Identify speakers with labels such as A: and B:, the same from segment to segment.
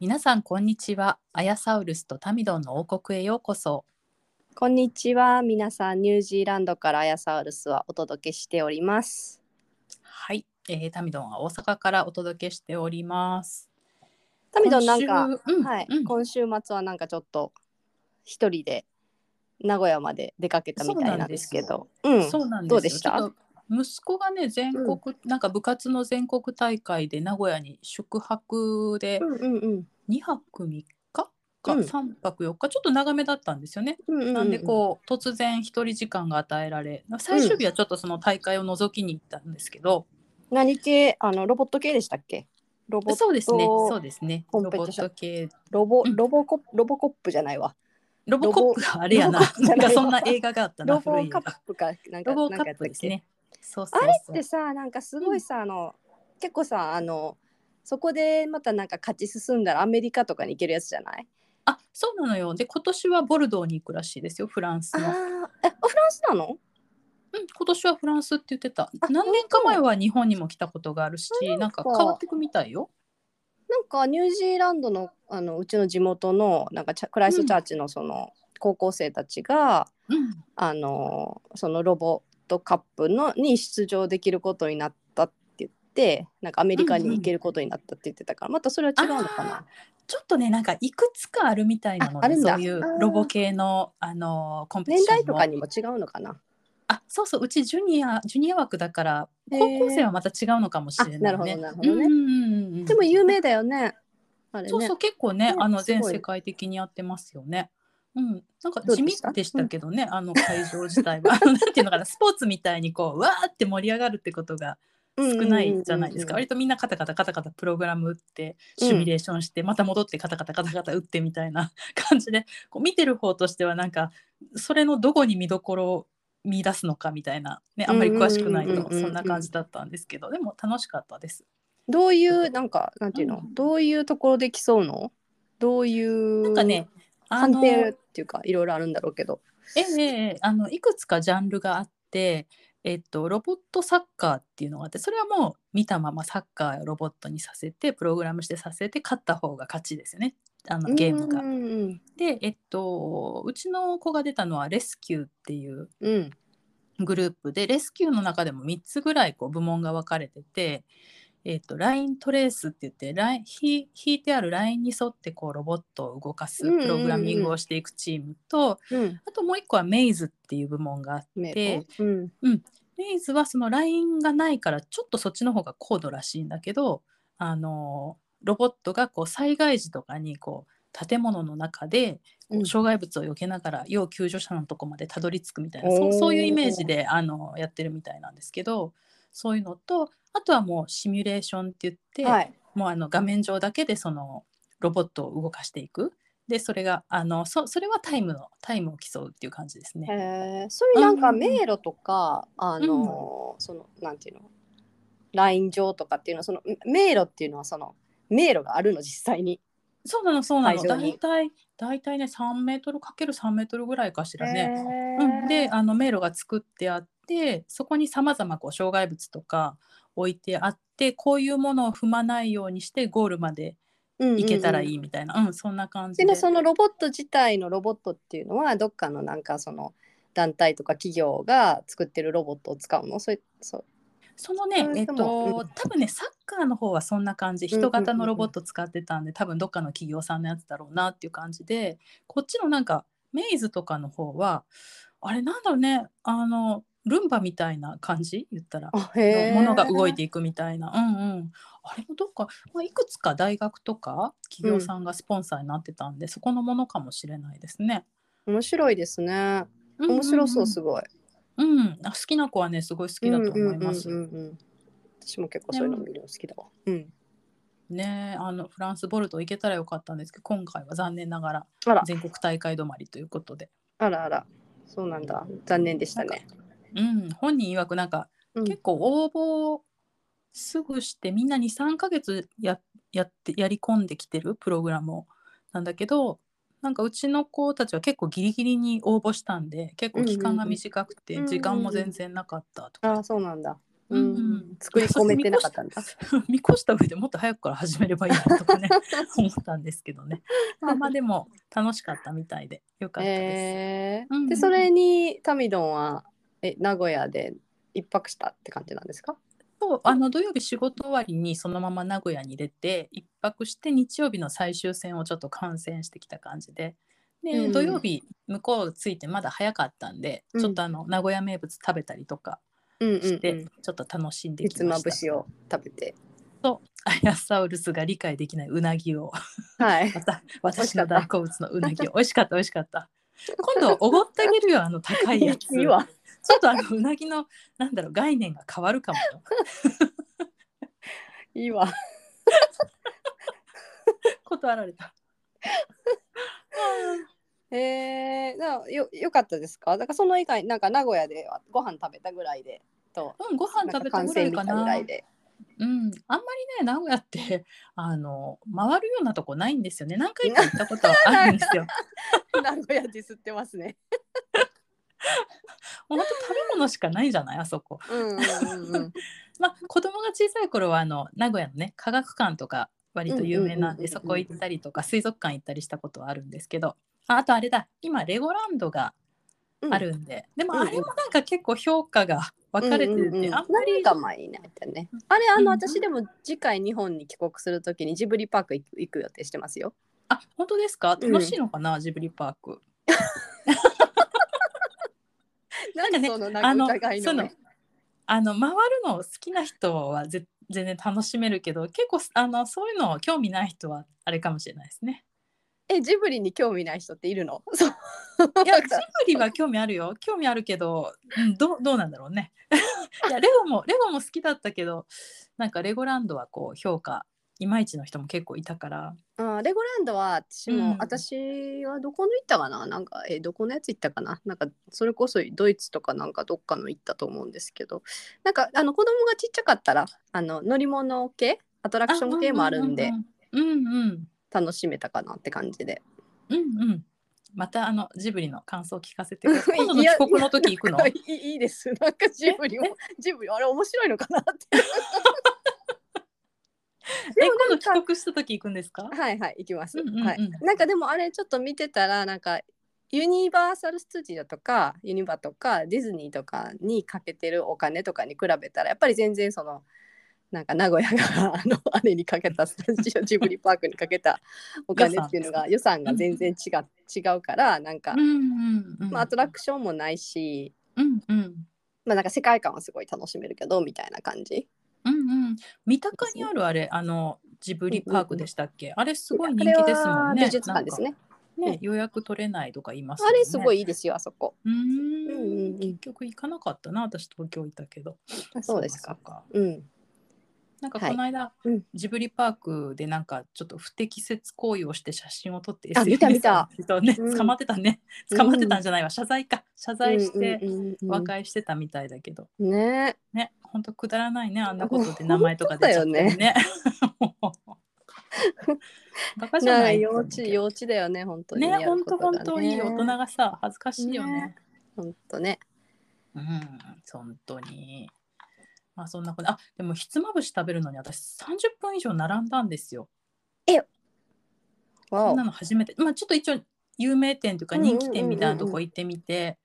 A: 皆さんこんにちはアヤサウルスとタミドンの王国へようこそ
B: こんにちは皆さんニュージーランドからアヤサウルスはお届けしております
A: はい、えー、タミドンは大阪からお届けしております。
B: タミドンなんか、
A: 今週うん
B: はい
A: うん
B: 今週末はなんかちょっと一人で名古屋まで出かけたみたいなんですけどうん
A: そうなんですよ
B: どうでした
A: ちょっと息子がね全国、なんか部活の全国大会で名古屋に宿泊で
B: うんうんうん
A: 2泊3日か、
B: うん
A: 3泊4日ちょっと長めだったんですよね。
B: うんうん
A: なんでこう突然一人時間が与えられ最終日はちょっとその大会を覗きに行ったんですけど、
B: うん何系あのロボット系でしたっけロボ
A: そうですね
B: ロボ
A: そうですね
B: コ
A: ロ
B: ンペテ
A: ボ
B: ィション
A: ット系
B: ロボ
A: うん
B: ロボコロボコップじゃないわ
A: ロボコップがあれやな
B: ロボコップじ
A: な
B: ゃ
A: ん
B: ない
A: かそんな映画があった
B: ロ
A: な古
B: ボ
A: い映
B: カッ
A: 画。
B: プかなんか
A: ロボ
B: な
A: カ
B: んかや
A: ッ
B: った
A: プ
B: っ
A: です
B: け
A: ね。そうそう
B: あ
A: そう
B: れってさなんかすごいさ、あの結構さあのそこでまたなんか勝ち進んだらアメリカとかに行けるやつじゃない
A: あそうなのよ。で今年はボルドーに行くらしいですよフランス
B: あー
A: の。うん
B: えあフランスなの
A: 今年はフランスって言ってた
B: あ。
A: 何年か前は日本にも来たことがあるしなんか変わってくみたいよ。
B: なんかニュージーランドのあのうちの地元のなんかチャクライストチャーチのその高校生たちが、
A: うん、
B: あのそのロボットカップのに出場できることになったって言ってなんかアメリカに行けることになったって言ってたから、またそれは違うのかな
A: ちょっとねなんかいくつかあるみたいなの
B: ああ
A: で
B: るん
A: そ
B: だ
A: ういう
B: あー
A: ロボ系のあのコンペティ
B: 年
A: ション
B: 代
A: も
B: とかにも違うのかな
A: あそうそううちジュニアジュニア枠だから高校生はまた違うのかもしれない、ね
B: あなるほどなるほどね
A: うんうんうんうん
B: でも有名だよねあれね
A: そうそう結構ね
B: ね
A: あの
B: すごい
A: 全世界的にやってますよね。うん、なんか
B: どう
A: 地
B: で
A: 味
B: した
A: でしたけどね、あの会場自体はあのなんていうのかなスポーツみたいにこうわーって盛り上がるってことが少ないじゃないですか、
B: うんうんうん
A: 割
B: うん
A: とみんなカタカタカタカタプログラム打ってシミュレーションして、また戻ってカタカタカタカタ打ってみたいな感じでこう見てる方としてはなんかそれのどこに見どころを見出すのかみたいな、ね、あんまり詳しくない
B: うんうん
A: と
B: うんうんうん
A: そんな感じだったんですけどでも楽しかったです。
B: どういうなんかなんていうの、
A: うん
B: どういうところで競うのどういう
A: なんかねあ
B: 判
A: の
B: 定っていうかいろいろあるんだろうけど
A: ええええあのいくつかジャンルがあって、えっと、ロボットサッカーっていうのがあってそれはもう見たままサッカーをロボットにさせてプログラムしてさせて勝った方が勝ちですよねあのゲームが
B: う。んうん
A: で、えっと、うちの子が出たのはレスキューっていう
B: うんうん
A: グループでレスキューの中でも3つぐらいこう部門が分かれてて。えっと、ライントレースって言ってラインひ引いてあるラインに沿ってこうロボットを動かす
B: うんうんうん
A: プログラミングをしていくチームと、
B: うん
A: あともう一個はメイズっていう部門があって
B: メイ
A: で
B: コうん
A: メイズはそのラインがないからちょっとそっちの方が高度らしいんだけどあのロボットがこう災害時とかにこう建物の中でこう
B: う
A: ん障害物を避けながら要救助者のとこまでたどり着くみたいな、
B: お
A: そ
B: ー
A: そういうイメージであのやってるみたいなんですけどそういうのとあとはもうシミュレーションって言って、
B: はい
A: もうあの画面上だけでそのロボットを動かしていくでそれがあのそそれはタイムのタイムを競うっていう感じですね。
B: へえそういうなんか
A: うんうんうん
B: 迷路とかあのーそのなんていうのライン上とかっていうのはその迷路っていうのはその迷路があるの実際に
A: そうなのそうなの。
B: 会場
A: だ
B: に
A: いたいだいたいね3メートルかける3メートルぐらいかしらね。
B: ね
A: うん、であの迷路が作ってあってそこにさまざまこう障害物とか置いてあってこういうものを踏まないようにしてゴールまで行けたらい
B: い
A: いみたいな、うんそんな感じ
B: で
A: で。
B: もそのロボット自体のロボットっていうのはどっかのなんかその団体とか企業が作ってるロボットを使うのそういそう
A: そのね
B: そ、
A: え
B: れ
A: っ
B: と
A: と、
B: も
A: 多分ね、サッカーの方はそんな感じ、
B: うんうんうん
A: 人型のロボット使ってたんで、多分どっかの企業さんのやつだろうなっていう感じで、こっちのなんか、メイズとかの方は、あれなんだろうね、あの、ルンバみたいな感じ言ったら。
B: あへー
A: ものが動いていくみたいな、うんうん、あれもどっか、まあ、いくつか大学とか企業さんがスポンサーになってたんで、そこのものかもしれないですね。
B: 面白いですね面白そうすごい
A: うんうん、うんあ好きな子はねすごい好きだと思います。
B: うんうんうんうん私も結構そういうの見るの好きだわうん
A: ねあのフランスボルト行けたらよかったんですけど今回は残念ながら
B: あら
A: 全国大会止まりということで、
B: あらあらそうなんだ残念でしたね。
A: うん、本人曰くなんか、
B: うん
A: 結構応募すぐしてみんな23ヶ月ややってやり込んできてるプログラムをなんだけどなんかうちの子たちは結構ギリギリに応募したんで結構期間が短くて
B: うんうんうん
A: 時間も全然なかったとか、
B: ああそうなんだ。
A: う
B: うんん、
A: うん
B: 作り込めてなかったんだ。
A: 見越した上でもっと早くから始めればいいなとか ね思ったんですけどねまあまあでも楽しかったみたいでよかったです、
B: えー
A: うんうん
B: でそれにタミドンはえ名古屋で一泊したって感じなんですか？
A: そうあの土曜日仕事終わりにそのまま名古屋に出て一泊して日曜日の最終戦をちょっと観戦してきた感じで。で
B: うん
A: 土曜日向こう着いてまだ早かったんで、
B: うん
A: ちょっとあの名古屋名物食べたりとか
B: うんうん、う
A: して、
B: ん。
A: ちょっと楽しんで
B: ひ
A: き
B: つ
A: ま
B: ま
A: した
B: ぶ しを食べて。
A: とアヤサウルスが理解できないうなぎを
B: はい。
A: また
B: 美味
A: 私
B: しか
A: の
B: った
A: 大好物のうなぎを美味しかった美味しかった今度おごってあげるよあの高いやつ
B: いいわ。
A: ちょっとあのうなぎのなんだろう概念が変わるかもよ
B: いいわ。
A: 断られた
B: えー、なよよかったですか？だからその以外なんか名古屋ではご飯食べたぐらいでと。
A: うんご飯食べたぐら
B: ん観
A: い
B: 戦
A: か
B: 見
A: な
B: たぐらいで。
A: うん、あんまりね名古屋ってあの回るようなとこないんですよね何回か行ったことはあるんですよ
B: 名古屋ディスってますね。
A: もうほんと食べ物しかないじゃないあそこ
B: うんうんうんうん。
A: まあ子供が小さい頃はあの名古屋のね科学館とか割と有名なんで
B: うんうんうんうんうん
A: そこ行ったりとか水族館行ったりしたことはあるんですけどああとあれだ今レゴランドが
B: うん
A: あるんで、で
B: うん
A: も
B: う
A: あ
B: ん
A: れもなんか結構評価が分かれてて、
B: うんうんうん
A: あんまり
B: 何か前になったね。あれあ
A: うん
B: の私でも次回日本に帰国するときにジブリパーク行く行く予定してますよ。
A: あ本当ですか
B: うん
A: 楽しいのかな、ジブリパーク
B: なん
A: かね
B: その
A: あ
B: なん
A: の
B: か疑いのね。
A: あの回るの好きな人はぜ全然楽しめるけど結構あのそういうの興味ない人はあれかもしれないですね。
B: えジブリに興味ない人っているの？ そう。
A: いやジブリは興味あるよ興味あるけど、うん、どうどうなんだろうね。 いやレゴもレゴも好きだったけどなんかレゴランドはこう評価いまいちの人も結構いたから
B: あレゴランドは私も、
A: うん
B: 私はどこの行ったかななんかえどこのやつ行ったかななんかそれこそドイツとかなんかどっかの行ったと思うんですけどなんかあの子供がちっちゃかったらあの乗り物系アトラクション系もあるんで
A: うんうんうんうん
B: 楽しめたかなって感じで
A: うんうんうんまたあのジブリの感想を聞かせてください。
B: いや
A: 今度の帰国の時行くの
B: なんかい いいいですなんかジブリ
A: え
B: もジブリあれ面白いのかなって
A: え
B: でも
A: 今
B: な
A: 度
B: んか
A: 帰国した時行くんですか
B: はいはい行きます、
A: うんうんうん
B: はいなんかでもあれちょっと見てたらなんかユニバーサル・スタジオとかユニバとかディズニーとかにかけてるお金とかに比べたらやっぱり全然そのなんか名古屋があのあれにかけたスタジオジブリパークにかけたお金っていうのが予算が全然違,、う違うからなんか
A: うん、うんうん
B: まあ、アトラクションもないし、
A: うんうん
B: まあ、なんか世界観はすごい楽しめるけどみたいな感じ。
A: うんうん三鷹にあるあれあのジブリパークでしたっけ、あれすごい人
B: あれは
A: 気ですもんね
B: 美術館です
A: なん
B: ね。
A: か
B: うん
A: ね予約取れないとか言います
B: あれすご
A: い
B: いいいですよあそこ。
A: うーん
B: うんうんうん
A: 結局行かなかったな私東京いたけど
B: そうですか。
A: そうか
B: うん。
A: なんかこの間、
B: いうん
A: ジブリパークでなんかちょっと不適切行為をして写真を撮って
B: あ見た見た
A: SNS にね
B: うん
A: 捕まってたね、
B: うん
A: 捕まってたんじゃないわ謝罪か謝罪して
B: うんうんうんう
A: 和
B: ん
A: 解してたみたいだけど、
B: ね
A: ね、本当くだらないね、あんなことで名前とか出ちゃって
B: 本
A: ね。 バカじゃ
B: な
A: なんい
B: 幼稚幼稚だよね本当に
A: ね、
B: や
A: 本
B: る
A: 当
B: こ
A: 本
B: と
A: 当
B: が
A: い
B: ね
A: い大人がさ、恥ずかしいよね。
B: ね本当ね
A: うん、本当に。まあそんなこと、あ、でもひつまぶし食べるのに私三十分以上並んだんですよ。
B: わ
A: そ
B: お
A: んなの初めて、まあちょっと一応有名店というか
B: うんうんうんう
A: 人
B: ん
A: 気店みたいなとこ行ってみて。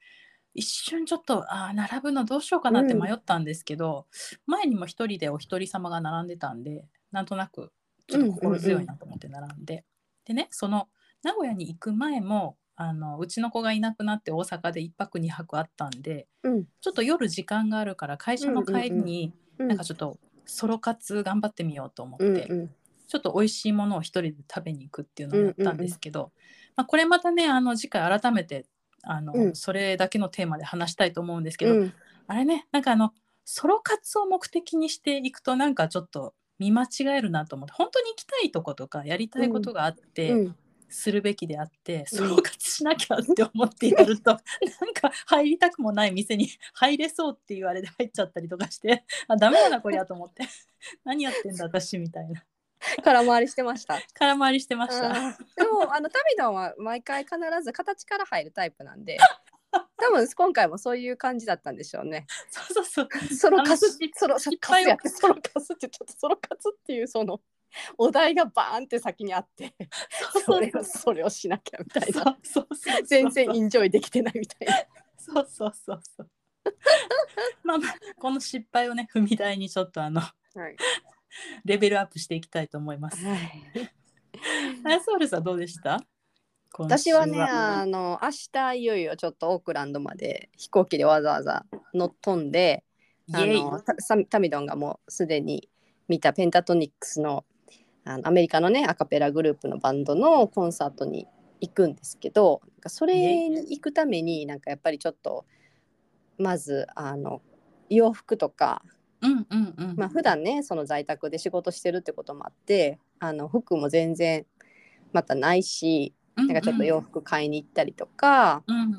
A: 一瞬ちょっとあー並ぶのどうしようかなって迷ったんですけど、前にも一人でお一人様が並んでたんでなんとなくちょっと心強いなと思って並んで、でねその名古屋に行く前もあのうちの子がいなくなって大阪で1泊2泊あったんで
B: うん
A: ちょっと夜時間があるから会社の帰りに
B: うん
A: なんかちょっとソロ活頑張ってみようと思って、
B: うんうん
A: ちょっと美味しいものを一人で食べに行くっていうのをやったんですけど、まあ、これまたねあの次回改めてあの、
B: うん
A: それだけのテーマで話したいと思うんですけど、
B: うん
A: あれねなんかあのソロ活を目的にしていくとなんかちょっと見間違えるなと思って本当に行きたいとことかやりたいことがあって、
B: うん
A: するべきであって総括しなきゃって思ってやると、 なんか入りたくもない店に 入れそうっていうあれで入っちゃったりとかしてあダメだなこりゃと思って 何やってんだ私みたいな
B: 空回りしてました。
A: 空回りしてました。
B: でもあのタミドンは毎回必ず形から入るタイプな んで多分今回もそういう感じだったんでしょうね。
A: そうそうそう
B: ソロカス
A: あの
B: ソロカス
A: 失敗を
B: やってソロカスってちょっとソロカスっていうそのお題がバーンって先にあって
A: そ
B: そうれをそれをしなきゃみたいな
A: そうそうそう
B: 全然インジョイできてないみたいな。
A: そうそうそうそう まあまあこの失敗をね踏み台にちょっとあの
B: はい、
A: レベルアップしていきたいと思います。あやソウルさんどうでした？今週
B: 私はねあの明日いよいよちょっとオークランドまで飛行機でわざわざ乗っ飛んで。
A: イ
B: あ
A: エイ
B: のタサミタミドンがもうすでに見たペンタトニックスのあのアメリカのねアカペラグループのバンドのコンサートに行くんですけどなんかそれに行くためになんかやっぱりちょっとまずあの洋服とか、
A: うんうんうん。
B: まあ普段ねその在宅で仕事してるってこともあってあの服も全然またないし
A: な
B: なんかちょっと洋服買いに行ったりとか、
A: うん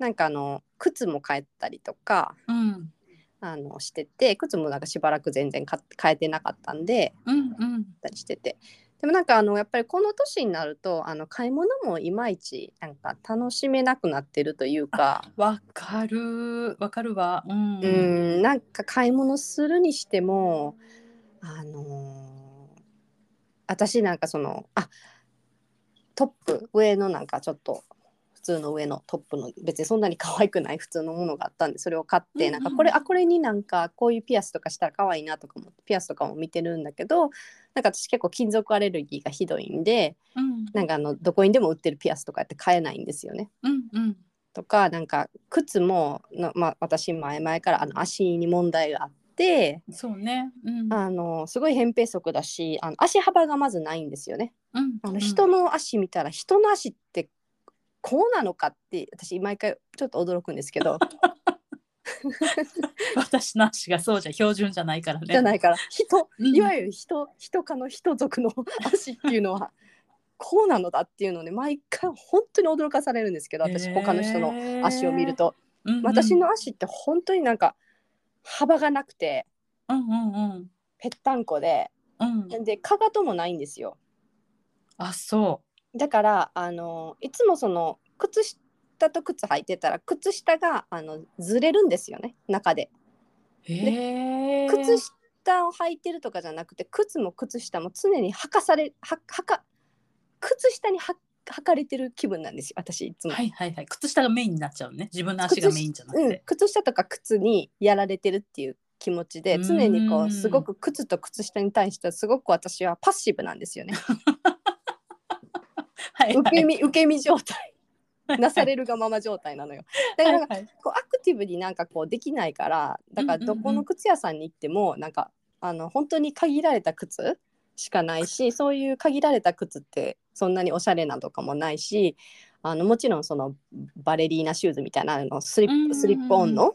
B: なんかあの靴も買ったりとか
A: うん
B: あのしてて靴もなんかしばらく全然買って変えてなかったんで
A: うんうん
B: たりしててでもなんかあのやっぱりこの年になるとあの買い物もいまいちなんか楽しめなくなってるというか
A: わかるわかるわ。うん。
B: うーんなんか買い物するにしてもあのー私なんかそのあトップ上のなんかちょっと普通の上のトップの別にそんなに可愛くない普通のものがあったんでそれを買っ
A: う
B: て
A: んう
B: なんんかこれあこれになんかこういうピアスとかしたら可愛いなとか思ってピアスとかも見てるんだけどなんか私結構金属アレルギーがひどいんで
A: うん
B: なんかあのどこにでも売ってるピアスとかって買えないんですよね。
A: うんうん
B: とかなんか靴もの、まあ、私前々からあの足に問題があって
A: そうね。うん
B: あのすごい扁平足だしあの足幅がまずないんですよね。
A: うん
B: あの人の足見たら人の足ってこうなのかって私毎回ちょっと驚くんです けど
A: 私の足がそうじゃ標準じゃないからね。。
B: じゃないいから人
A: うん
B: いわゆる人人科の人族の 足っていうのはこうなのだっていうので毎回本当に驚かされるんですけど私他の人の
A: の
B: 足を見る。と
A: うんうん
B: 私の。足って本当になんか幅がなくて。
A: うんうんうん
B: ぺったんこで
A: うん。
B: でかかともないんですよ
A: あそ
B: だからあのいつもその靴下と靴履いてたら靴下があのずれるんですよね中で
A: う。へえ。
B: 靴下を履いてるとかじゃなくて靴も靴下も常に履かされは履か靴下には履かれてる気分なんですよ私いつも、
A: はいはいはい。靴下がメインになっちゃうね。自分の足がメインじゃなく
B: うん
A: て。、
B: 靴下とか靴にやられてるっていう気持ちで常にこ
A: うん
B: うすごく靴と靴下に対してはすごく私はパッシブなんですよね
A: はいはい。
B: 受け身受け身 状態
A: はい
B: なされるがまま状態なのよ。だ
A: は
B: か
A: い
B: ら
A: は
B: なんか
A: い。
B: こうアクティブになんかこうできないからだか
A: うん
B: ら
A: うんう
B: ど
A: ん
B: この靴屋さんに行ってもなんかあの本当に限られた靴しかないしそういう限られた靴ってそんなにおしゃれなとかもないしあのもちろんそのバレリーナシューズみたいなあのスリ
A: うんうんう
B: ッ
A: ん
B: プスリップオンの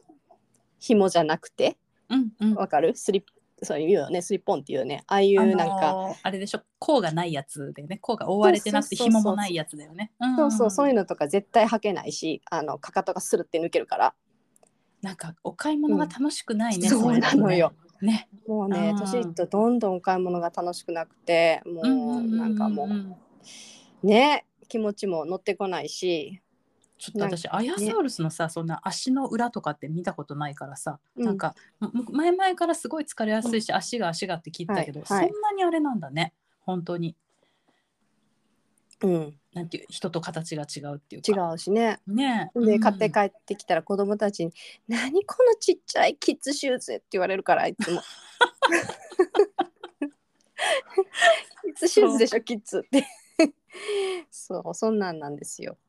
B: 紐じゃなくて
A: うんうん。
B: わかるスリップそういうよねスリップオンっていうよねああいうなん
A: あ
B: か
A: のーあれでしょ甲がないやつでね甲が覆われてなくて
B: そうそうそ
A: 紐
B: うそう
A: もないやつだよねんんん
B: そうそうそういうのとか絶対履けないしあのかかとがスルって抜けるから
A: なんかお買い物が楽しくないね、
B: そう
A: い
B: な
A: とね
B: のよ。
A: ね
B: もう
A: う
B: ね
A: ん
B: 年とどんどん買い物が楽しくなくてもうなんかも
A: んんんん
B: うね気持ちも乗ってこないし、
A: ちょっと私アヤサウルスのさそんな足の裏とかって見たことないからさ、
B: うん
A: なんかむ前々からすごい疲れやすいし、足が足がって聞いてたけど、
B: はいはい
A: そんなにあれなんだね本当に
B: うん、
A: なんていう人と形が違うっていう
B: 違
A: か
B: うしね。
A: 違うね
B: で買って帰ってきたら子供たちに「何このちっちゃいキッズシューズ」って言われるからいつ も「キッズシューズでしょキッズ」ってそうそんなんなんですよ。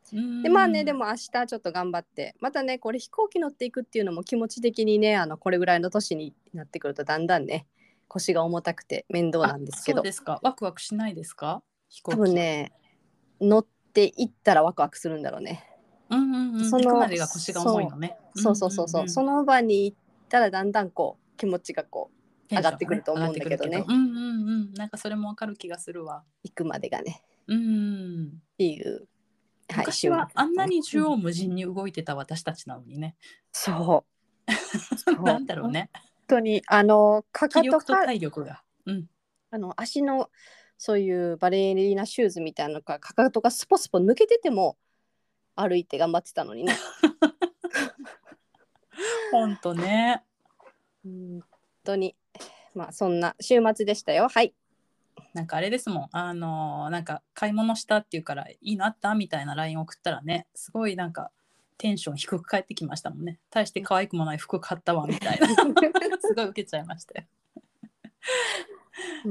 B: でまあねで
A: も
B: も明日ちょっと頑張ってまたねこれ飛行機乗っていくっていうのも気持ち的にねあのこれぐらいの年になってくるとだんだんね腰が重たくて面倒なんですけ
A: そ
B: ど
A: うですかワクワクしないですか飛行
B: 多
A: 機
B: 分ね乗っていったらワクワクするんだろうね、
A: うんうんうん、
B: その
A: 行くまでが腰が重いのね。
B: そうそうそうそう,、
A: んんん
B: その場に行ったらだんだんこう気持ちがこう
A: テンションが
B: 上がってくると思うんだけど
A: 上
B: ね
A: がってくるうんうんうん。なんかそれもわかる気がするわ。
B: 行くまでがね
A: うん。
B: っていう、はい、
A: 昔はあんな
B: に
A: に縦横無尽に動いてた私たちなのにね。
B: そうそう
A: なんだろうね。
B: 本当にあのかか
A: 気
B: と
A: 力と
B: か
A: 体力が。うん。
B: あの足のそういうバレリーナシューズみたいなのがかかとがスポスポ抜けてても歩いて頑張ってたのにね。
A: 本当ね。
B: 本当にまあそんな週末でしたよはい
A: なんかあれですもん。あのーなんか買い物したっていうからいいのあったみたいな LINE 送ったらね、すごいなんかテンション低く返ってきましたもんね。大して可愛くもない服買ったわみ たいな。すごい受けちゃいましたよ。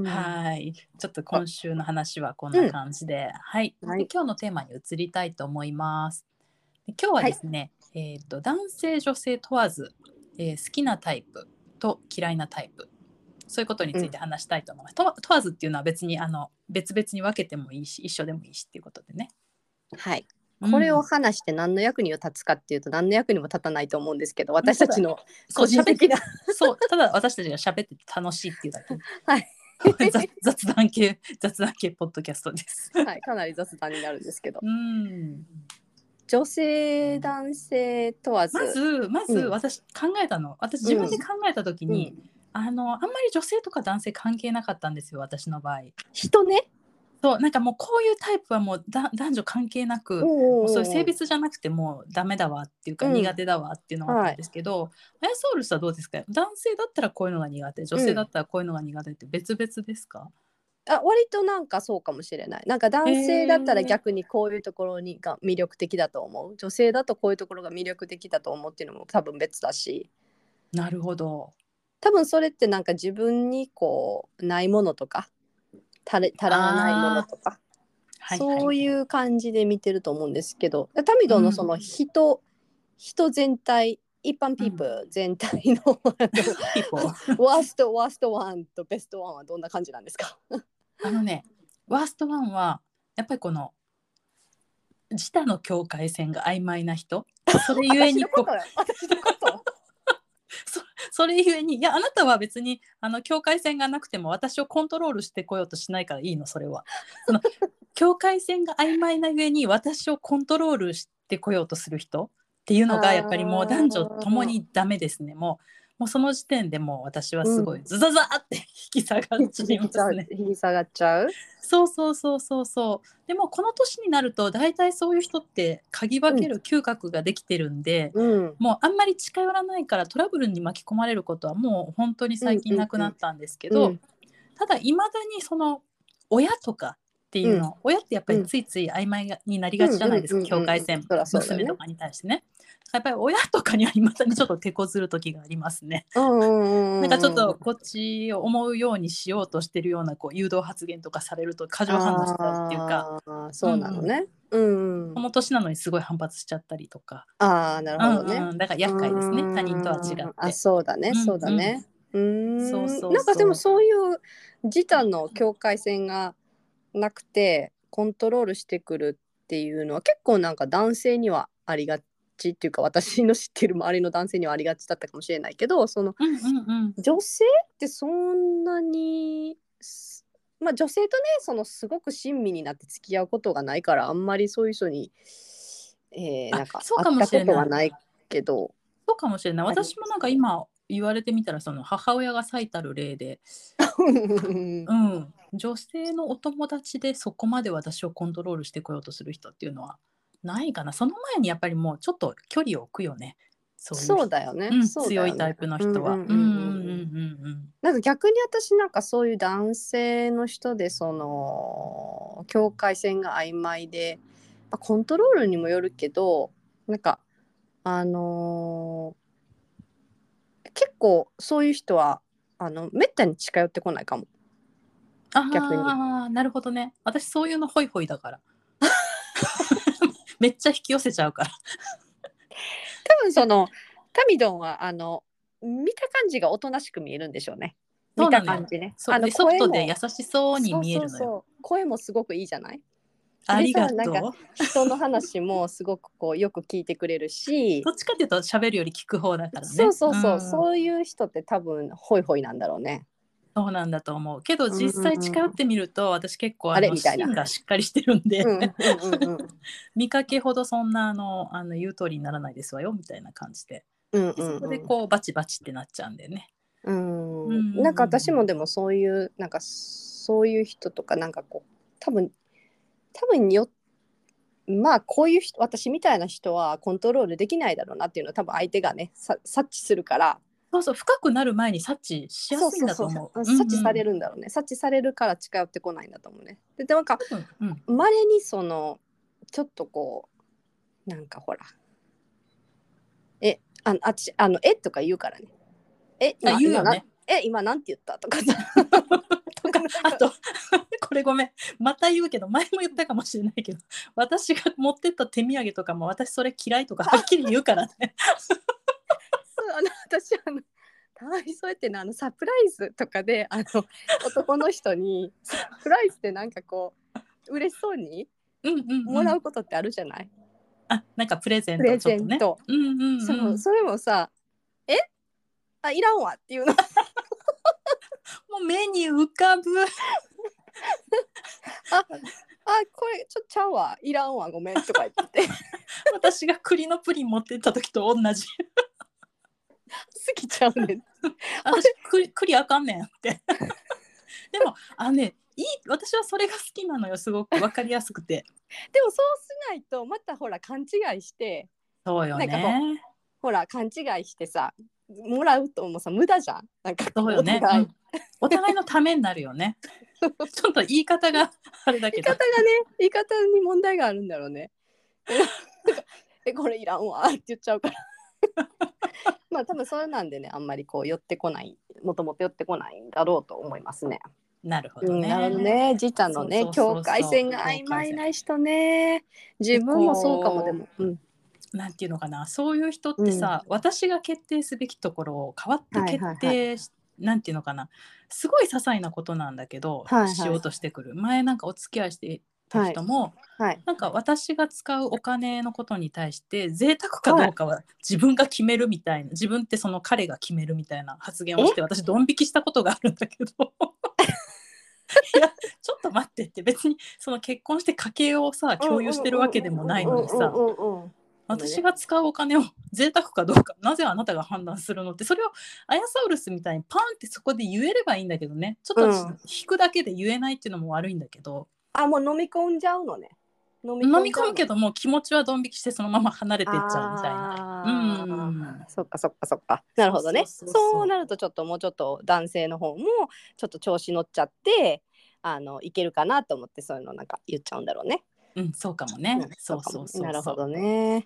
A: はい、ちょっと今週の話はこんな感じで、はい、で
B: はい
A: 今日のテーマに移りたいと思います。で今日はですね、えっ、と男性女性問わず、えー好きなタイプと嫌いなタイプ。そういうことについて話したいと思います。と問わずっていうのは別にあの別々に分けてもいいし、一緒でもいいしっていうことでね。
B: はい
A: うん
B: これを話して何の役に立つかっていうと何の役にも立たないと思うんですけど私たちの
A: そう
B: 個人的な
A: そう、ただ私たちが喋ってて楽しいっていうだけ。
B: はい
A: 雑雑談系雑談系ポッドキャストです。
B: はい、かな り雑談になるんですけど
A: うん。
B: 女性男性問わず
A: まずまず
B: うん
A: 私考えたの、私自分で考えた時
B: うん
A: に、あのあんまり女性とか男性関係なかったんですよ私の場合
B: 人ね
A: そうなんかもうこういうタイプはもうだ男女関係なく、も
B: お
A: うそういう性
B: 備
A: 別じゃなくてもうダメだわっていうか
B: うん
A: 苦手だわっていうのがあったんですけど、アヤソウルスはどうですか男性だったらこういうのが苦手女性だったらこういうのが苦手って別々ですか、
B: あ割となんかそうかもしれないなんか男性だったら逆にこういうところにが魅力的だと思う女性だとこういうところが魅力的だと思うっていうのも多分別だし
A: なるほど
B: 多分それってなんか自分にこうないものとか足り足らないものとか、
A: はい
B: そう
A: う
B: いう感じで見てると思うんですけどタミドのその人、人全体一般ピープル全体の、
A: ピポ
B: ワーストワーストワンとベストワンはどんな感じなんですか
A: あのねワーストワンはやっぱりこの自他の境界線が曖昧な人それゆえに
B: 私
A: こ
B: のことよ私のこと
A: それゆえにいやあなたは別にあの境界線がなくても私をコントロールしてこようとしないからいいのそれは。その境界線が曖昧なゆえに私をコントロールしてこようとする人っていうの
B: あ
A: が
B: ー
A: やっぱりもう男女ともにダメですねもうもうその時点でもう私はすごいズザザーって引き下がっちゃい
B: 引き
A: ま
B: 下
A: す
B: が
A: ね。
B: 引き下がっちゃう
A: そうそうそうそうそうでもこの年になると大体そういう人って嗅ぎ分ける嗅覚ができてるんで、
B: うん
A: もうあんまり近寄らないからトラブルに巻き込まれることはもう本当に最近なくなったんですけど、
B: うんうん
A: ただいまだにその親とかっていうの、親ってやっぱりついつい曖昧がになりがちじゃないですか、
B: うんうんうんうん
A: 境界線、
B: そらそうだよね
A: 娘とかに対してねやっぱり親とかにはいまだにちょっと手こずる時がありますね、
B: うんうんうん
A: なんかちょっとこっちを思うようにしようとしてるようなこう誘導発言とかされると過剰反応しちゃうっていうか
B: あーそうなのねうん、うん
A: この年なのにすごい反発しちゃったりとか、
B: ああなるほどね、
A: うんうん、だから厄介ですね
B: うん
A: 他人とは違って。
B: あそうだね
A: うん
B: そうだねうーん
A: そうそうそう
B: なんかでもそういう自他の境界線がなくてコントロールしてくるっていうのは結構なんか男性にはありがちっていうか私の知ってる周りの男性にはありがちだったかもしれないけどその
A: うんうんうん
B: 女性ってそんなにすまあ女性とねそのすごく親身になって付き合うことがないからあんまりそういう人に、えー、
A: あ
B: なんか
A: そうか
B: 会っ
A: も
B: た
A: しれ
B: こ
A: ない
B: とはないけど。
A: そうかもしれない
B: あり
A: 私もなんか今言われてみたらその母親が最たる例で、
B: うん
A: うん、女性のお友達でそこまで私をコントロールしてこようとする人っていうのはないかなその前にやっぱりもうちょっと距離を置くよねそういう人
B: そうだよね。
A: うん
B: そうだよ
A: 強
B: ね
A: いタイプの人は。
B: う
A: うんん
B: う
A: うんんうん
B: う
A: ん
B: うん
A: うんうん
B: なんか逆に私なんかそういう男性の人でその境界線が曖昧で、まあ、コントロールにもよるけどなんかあのー結構そういう人はあのめったに近寄ってこないかも。逆に
A: ああなるほどね私そういうのホイホイだからめっちゃ引き寄せちゃうから
B: 多分そのタミドンはあの見た感じがおとなしく見えるんでしょうね。
A: そ
B: 見
A: うな
B: た
A: のよ
B: 感じね。
A: そう
B: の
A: でソフトで
B: 声も
A: 優しそうに見えるのよ
B: そうそうそう声もすごくいいじゃない。
A: ありがと
B: でさなん
A: う
B: 人の話もすごくこうよく聞いてくれるし
A: どっちかっていうと喋るより聞く方だからね
B: そうそうそう、
A: ん
B: そういう人って多分ホイホイなんだろうね
A: そうなんだと思うけど
B: んうん
A: 実際近寄ってみると、私結構あ
B: あれ
A: の
B: みたいな
A: 芯がしっかりしてるんで、
B: うんうんうん
A: 見かけほどそんなあのあの言う通りにならないですわよみたいな感じで
B: うんう
A: で
B: ん
A: そこでこうバチバチってなっちゃうんだよね。
B: うん
A: う
B: うんんなんか私もでもそういうなんかそういう人とかなんかこう多分多分よまあこういう人私みたいな人はコントロールできないだろうなっていうのは多分相手がねさ察知するから
A: そうそう深くなる前に察知しやすいんだと思う。
B: そうそうそう察知され
A: る。
B: るんだろうね、察知されるから近寄ってこないんだと思うねででなんか
A: うんうん、
B: まれにそのちょっとこうなんかほらえああっちあのえとか言うからねえ
A: あ
B: 今
A: 言うよ
B: 今な
A: ね。
B: え今なんて言ったとかさ
A: とかあと これごめんまた言うけど前も言ったかもしれないけど 私が持ってった手土産とかも私それ嫌いとかはっきり言うからね。
B: そうあの私あのたまにそうやってねあのサプライズとかであの男の人にサプライズってなんかこう嬉しそうに
A: うんうんうん
B: もらうことってあるじゃない、
A: あなんかプレゼン
B: プレ
A: トち
B: ゼ
A: ょっと
B: ン
A: ね。
B: ト、
A: うんうんうん、
B: そうそれもさ「えあいらんわ」っていうの
A: もう目に浮かぶ。
B: あこれちょっとちゃうわいらんわごめん」とか言って好
A: 私が栗のプリン持ってった時と 同じ。
B: きちゃうねん
A: 私栗栗あかんねんって でもあねいい私はそれが好きなのよすごく分かりやすくて
B: でもそうしないとまたほら勘違いして
A: そうよ
B: なんかこ
A: ね
B: ほら勘違いしてさもらうともうさ無駄じゃんなんか
A: そうよね
B: お互い
A: うんお互いのためになるよ ねちょっと言い方があれだ
B: 言
A: け
B: い
A: ど
B: 方がね言い方に問題があるんだろうね。 えこれいらんわって言っちゃうから。 まあ多分それなんでねあんまりこう寄ってこないもともと寄ってこないんだろうと思いますね。
A: なるほ
B: う
A: ど
B: ん、
A: ね,、
B: なるほどねじいちゃんのね
A: そうそうそうそう
B: 境界線が曖昧な人ね自分もそうかもでも、うん、
A: なんていうのかなそういう人ってさ、私が決定すべきところを変わって決定し、
B: はい
A: なんていうのかなすごい些細なことなんだけど、
B: はいはい
A: しようとしてくる前なんかお付き合いしてた人も、
B: はい
A: なんか私が使うお金のことに対して贅沢かどうかは自分が決めるみたいな、自分ってその彼が決めるみたいな発言をして私ドン引きしたことがあるんだけどいやちょっと待ってって別にその結婚して家計をさ共有してるわけでもないのにさ
B: うんうんうんうん
A: 私が使うお金を贅沢かどうかなぜあなたが判断するのってそれをアヤサウルスみたいにパンってそこで言えればいいんだけどねちょっと引くだけで言えないっていうのも悪いんだけど。
B: あもう飲み込んじゃうのね飲み
A: 飲
B: ん
A: み
B: じ
A: 込
B: ゃうの
A: むけどもう気持ちはドン引きしてそのまま離れてっちゃうみたいな。
B: あー
A: うん
B: そっかそっかそっかなるほどね
A: そ
B: そう
A: そ
B: う
A: うそうそう
B: なるとちょっともうちょっと男性の方もちょっと調子乗っちゃってあのいけるかなと思ってそういうのなんか言っちゃうんだろうね。
A: うん、そうかもね。
B: ん
A: そうそうそうそう。
B: なるほどね。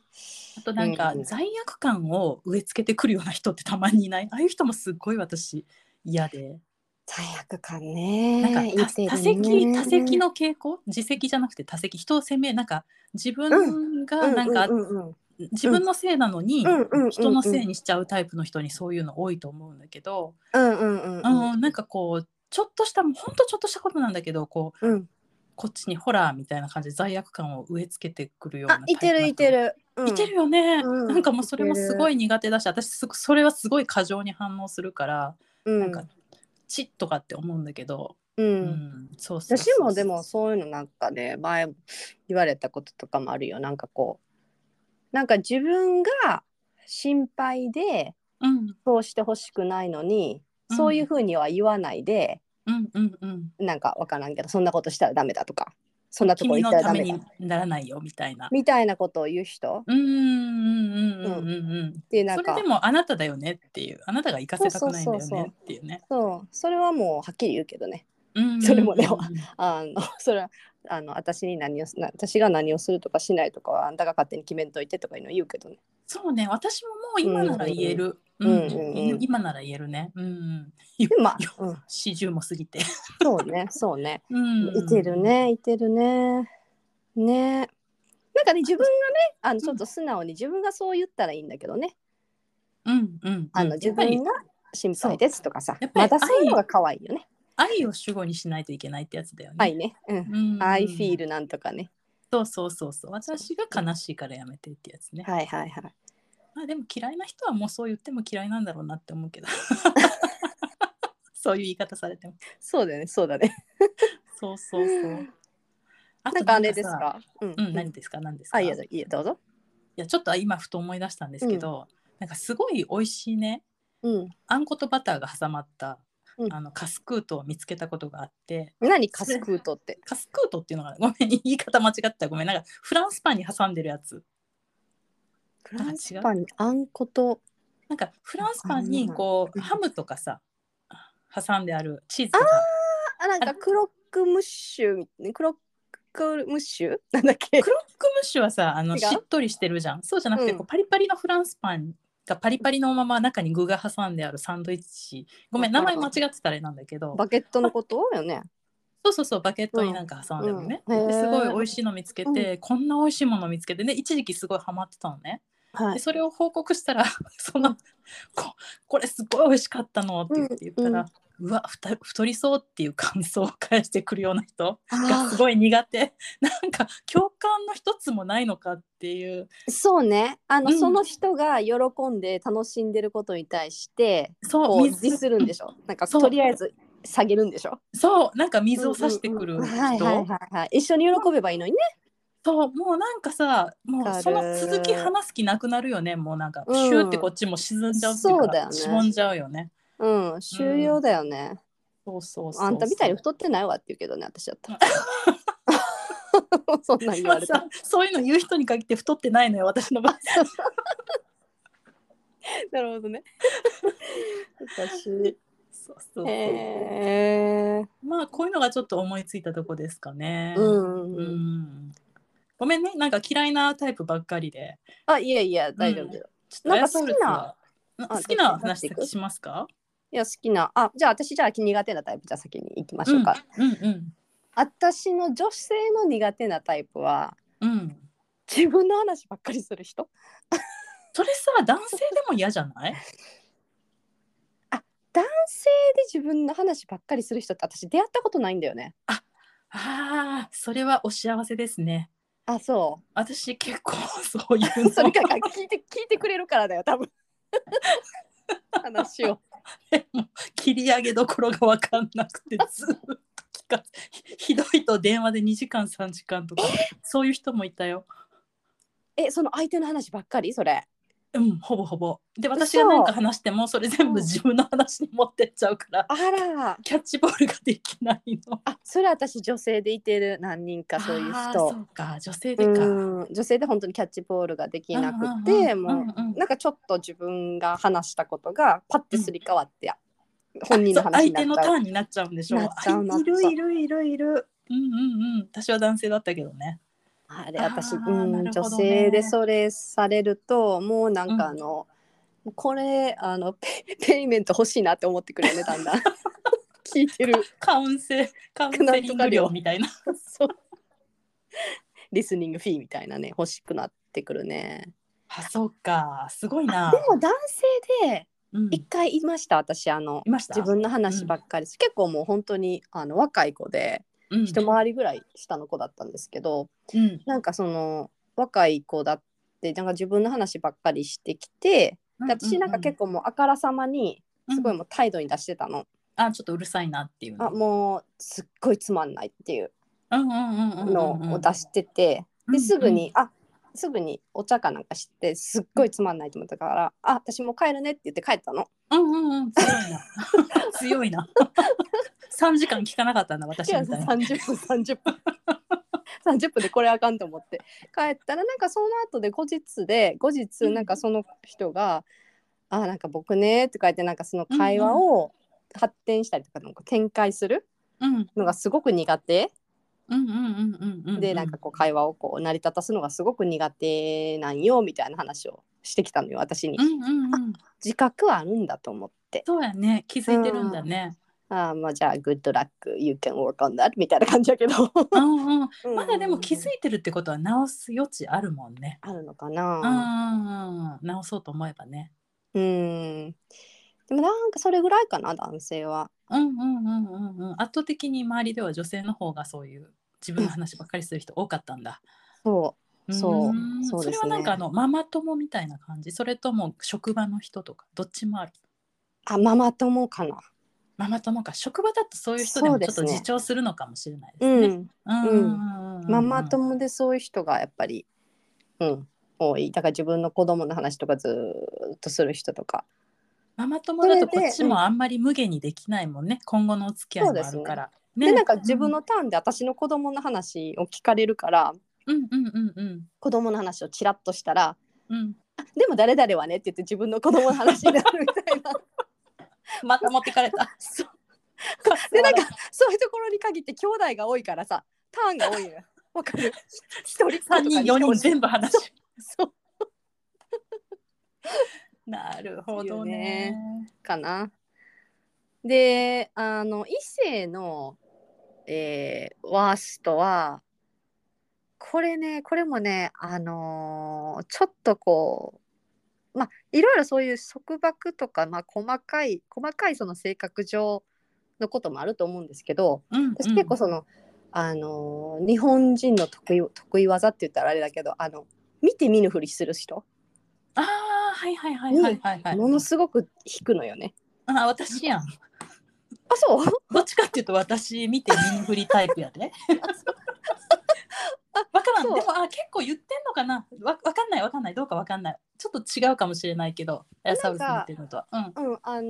A: あとなんか
B: うんうん
A: 罪悪感を植え付けてくるような人ってたまにいない。ああいう人もすっごい私嫌で。
B: 罪悪感ね。
A: なんか
B: 生
A: た
B: きてる
A: 多
B: ね
A: 責多責。の傾向、自責じゃなくて多責。人を責めなんか自分がなんか、
B: うんうんうん
A: 自分のせいなのに、
B: うんうんうん
A: 人のせいにしちゃうタイプの人にそういうの多いと思うんだけど、
B: うんうんうん
A: う
B: うん
A: ん、なんかこうちょっとしたほんとちょっとしたことなんだけどこう
B: うん。
A: こっちにホラーみたいな感じで罪悪感を植え付けてくるような
B: あいてるいて
A: る、
B: る。うん
A: いてるよね、
B: うん
A: なんかもうそれもすごい苦手だし私すごそれはすごい過剰に反応するから、
B: うん
A: なんかチッとかって思うんだけど、
B: う。
A: うんそうそう
B: 私
A: そう
B: もでもそういうのなんかね前言われたこととかもあるよなんかこうなんか自分が心配で
A: うん
B: そうしてほしくないのに、
A: うん
B: そういうふうには言わないで
A: うんうんうん
B: なんかわからんけどそんなことしたらダメだとかそんなとこ
A: 君
B: 行っ
A: の
B: たら
A: た
B: ダ
A: め
B: メ
A: に
B: だ
A: ならないよみたいな
B: みたいなことを言う人っ
A: うんうんうんうんうんうん
B: てなん
A: そ
B: か
A: れでもあなただよねっていうあなたが行かせたくないんだよ
B: そうそうそうそ
A: ね
B: う
A: っていうね
B: そうそれはもうはっきり言うけどね
A: うんうんうん
B: それもねあの それはあの私に何をすな私が何をするとかしないとかはあんたが勝手に決めんといてとかいうのを言うけどね。
A: そうね、私ももう今なら言える。う
B: うんう
A: ん
B: んうんうん
A: 今なら言えるね。うん、
B: で まあ、うん、
A: 40も過ぎて。
B: そうねそうね。
A: うん
B: いてる。ねいてるねねなんかね自分がねあのちょっと素直に自分がそう言ったらいいんだけどね、
A: うんうん。
B: あの
A: や
B: 自
A: っぱり
B: 分が心配ですとかさ
A: やっぱ
B: ま
A: り
B: たそういうのが可愛いよね
A: 愛を主語にしないといけないってやつだよね。
B: 愛ねうん
A: うん、
B: I feel なんとかね
A: そうそうそうそう私が悲しいからやめてってやつね、
B: はいはいはい
A: まあでも嫌いな人はもうそう言っても嫌いなんだろうなって思うけどそういう言い方されても。
B: そうだよねそうだね
A: そうそう そう。あ
B: なんかあれですかうん
A: うん、何ですか何ですか
B: あいいやいいやどうぞ
A: いやちょっと今ふと思い出したんですけど、なんかすごい美味しいね
B: うん
A: あんことバターが挟まった、
B: うん
A: あのカスクートを見つけたことがあって
B: 何カスクートって
A: カスクートっていうのがごめん言い方間違ったごめんなんかフランスパンに挟んでるやつ
B: フ
A: ラ
B: ラ
A: ン
B: ン
A: ス
B: ス
A: パ
B: パンにあんこと
A: なんかフランスパンにこう
B: わ
A: ハ
B: か
A: ムとかさ挟んであるチーズが
B: あなんかクロックムッシュみたいなクロックムッシュなんだっけ
A: クロックムッシュはさあの
B: 違う
A: しっとりしてるじゃんそうじゃなくて、
B: うん
A: こうパリパリのフランスパンがパリパリのまま中に具が挟んであるサンドイッチごめん名前間違ってたらあれなんだけど
B: バケットのことよね
A: そうそうそうバケットになんか挟んでるのね、
B: うんうん
A: ですごい美味
B: へ
A: しいの見つけて、こんな美味しいもの見つけてね一時期すごいハマってたのね
B: は
A: でそれを報告したら そのここれすごい美味しかったのって言って言ったら、うわふた太りそうっていう感想を返してくるような人がすごい苦手 なんか共感の一つもないのかっていう
B: そうねあの、
A: うん
B: その人が喜んで楽しんでることに対して
A: そ
B: こ
A: う
B: う
A: 水
B: 実するんでし ょなんか
A: そう
B: とりあえず下げるんでしょ
A: そうなんか水を差してくる
B: うん
A: 人、
B: うんうんはいはいはいはい一緒に喜べばいいのにね
A: そうもうなんかさも
B: わか
A: う
B: る
A: その続き話す気なくなるよねもうなんか、
B: うん
A: シューってこっちも沈んじゃうっていう
B: そうだ
A: か
B: よね
A: しぼんじゃうよね
B: うん終了だよね、
A: そうそうそう
B: あんたみたいに
A: そう
B: 太ってないわって言うけどね私だったら そんなん言われ た
A: まあさそういうの言う人に限って太ってないのよ私の場合
B: なるほどね私
A: そうそうそう
B: へえ
A: まあこういうのがちょっと思いついたとこですかね
B: うんうん
A: う
B: うん
A: んごめんねなんか嫌いなタイプばっかりで
B: あいやいや大丈夫だよ、
A: ちょっと
B: なんか好きな
A: な
B: あ
A: 好きな
B: どっち
A: 話
B: に行く
A: しますか
B: いや好きなあじゃあ私じゃあ苦手なタイプじゃあ先に行きましょうか、
A: うんうん
B: 私の女性の苦手なタイプは
A: うん
B: 自分の話ばっかりする人
A: それさ男性でも嫌じゃない
B: 男性で自分の話ばっかりする人って私出会ったことないんだよね
A: ああ、それはお幸せですね。
B: あそ
A: 私結構そういう
B: う
A: の
B: それから 聞いて聞いてくれるからだよ多分話を
A: もう切り上げどころが分かんなくてずっと聞かひひどいと電話で2時間3時間とかそういう人もいたよ。
B: えその相手の話ばっかりそれ
A: うん、ほぼほぼ。で私が何か話してもそれ全部自分の話に持ってっちゃうから
B: あら
A: キャッチボールができないの。
B: あそれ私女性でいてる何人かそういう
A: あー
B: 人
A: そうか女性でか。
B: うん女性で本当にキャッチボールができなく
A: うんうん
B: て
A: うん
B: も
A: うんうん
B: うなんかちょっと自分が話したことがパッてすり替わって、本人の
A: あそう
B: 話に
A: 相手の
B: なっ
A: タ
B: ちゃ
A: ー
B: う
A: ンになっちゃうんでしょ
B: なっちゃうな
A: あ
B: っ
A: い
B: ちゃう
A: るいるいるいる。うんうんうん。私は男性だったけどね。
B: あれ私
A: あー
B: うん、
A: なる
B: 女
A: ほどね
B: 性でそれされるともうなんかあの、これあのペ ペイメント欲しいなって思ってくるよねだ んだん聞いてる
A: カウンセカウンセリング料みたいな。
B: そうリスニングフィーみたいなね欲しくなってくるね
A: あ、そうか、すごい
B: で
A: な。
B: も男性で
A: うん、
B: 一回いました私あの
A: いました。
B: 自分の話ばっかり、結構もう本当にあの若い子で
A: うん、
B: 一回りぐらい下の子だったんですけど、
A: うん、
B: なんかその若い子だってなんか自分の話ばっかりしてきてで私なんか結構もうあからさまにすごい
A: うん
B: もう態度に出してたの、
A: あ、ちょっとうるさいなっていうの。
B: あもうすっごいつまんないっていう
A: うんうんうんうんうんうん。
B: のを出してて、
A: うんうん
B: ですぐに、あすぐにお茶かなんかしてすっごいつまんないと思ったから、あ私もう帰るねって言って帰ったの。
A: うんうんうん、強いな。 強いな。三時間聞かなかったんだ、私
B: いや
A: みたいな。
B: 30分30分 30分でこれあかんと思って帰ったらなんかその後で後日で後日なんかその人が「あーなんか僕ね」って書いてなんかその会話を発展したりとかなんか展開する
A: うん、うん
B: のがすごく苦手
A: うんうんうんうんうん。
B: でなんかこう会話をこう成り立たすのがすごく苦手なんよみたいな話をしてきたのよ私に
A: う。んうんうん。
B: 自覚はあるんだと思って
A: そうやね、気づいてるんだね。
B: あーまあじゃあグッドラック you can work on that みたいな感じだけど
A: うんうん。まだでも気づ
B: い
A: いてるってことは直す余地あるもんね。
B: あるのか
A: う
B: な。
A: んうんうん。直そうと思えばね。
B: うん。でもなんかそれぐらいかな男性は。
A: うんうんうんうんうん圧倒的に周りでは女性の方がそういう自分の話ばっかりする人多かったんだ。
B: そそう
A: ーん
B: そう
A: そ
B: ですね
A: れはなんかあのママ友みたいな感じそれとも職場の人とかどっちもある。
B: う。あママ友かな。
A: ママ友か職場だとそういう人で
B: そう
A: も
B: で
A: ちょっ
B: す
A: と
B: ね
A: 自重するのかもしれないで
B: う
A: すね。
B: ん、
A: うんうんうんうん
B: ママ友でそういう人がやっぱり、うん、多いだから自分の子供の話とかずーっとする人とか
A: ママ友だと
B: それ
A: こ
B: で
A: っちもあんまり無限にできないもんね今後のお付き合いもあるから。ね
B: でなんか自分のターンで私の子供の話を聞かれるから
A: うんうんうんうん
B: 子供の話をちらっとしたら
A: うん
B: 「あでも誰々はね」って言って自分の子供の話になるみたい な
A: また持ってかれ た。そう
B: でなんかそういうところに限って兄弟が多いからさターンが多いのよ。わかる一人
A: 三人四人全部話し。
B: そう
A: なるほどね。
B: かな。であの異性の、えーワーストはこれねこれもねあのーちょっとこうまあいろいろそういう束縛とか、まあ、細かい細かいその性格上のこともあると思うんですけど
A: うんうん
B: 私結構その、あのー日本人の得意得意技って言ったらあれだけどあの見て見ぬふりする人
A: ああはいはいはいはいはいはい。
B: ものすごく引くのよね。
A: あ私やん。
B: あそう
A: どっちかっていうと私見て見ぬふりタイプや で。わからんで
B: そう
A: もあ結構言ってんのかなわわかんないわかんないどうかわかんないちょっと違うかもしれないけどエラサウルス見てるのとはうん
B: うん、あの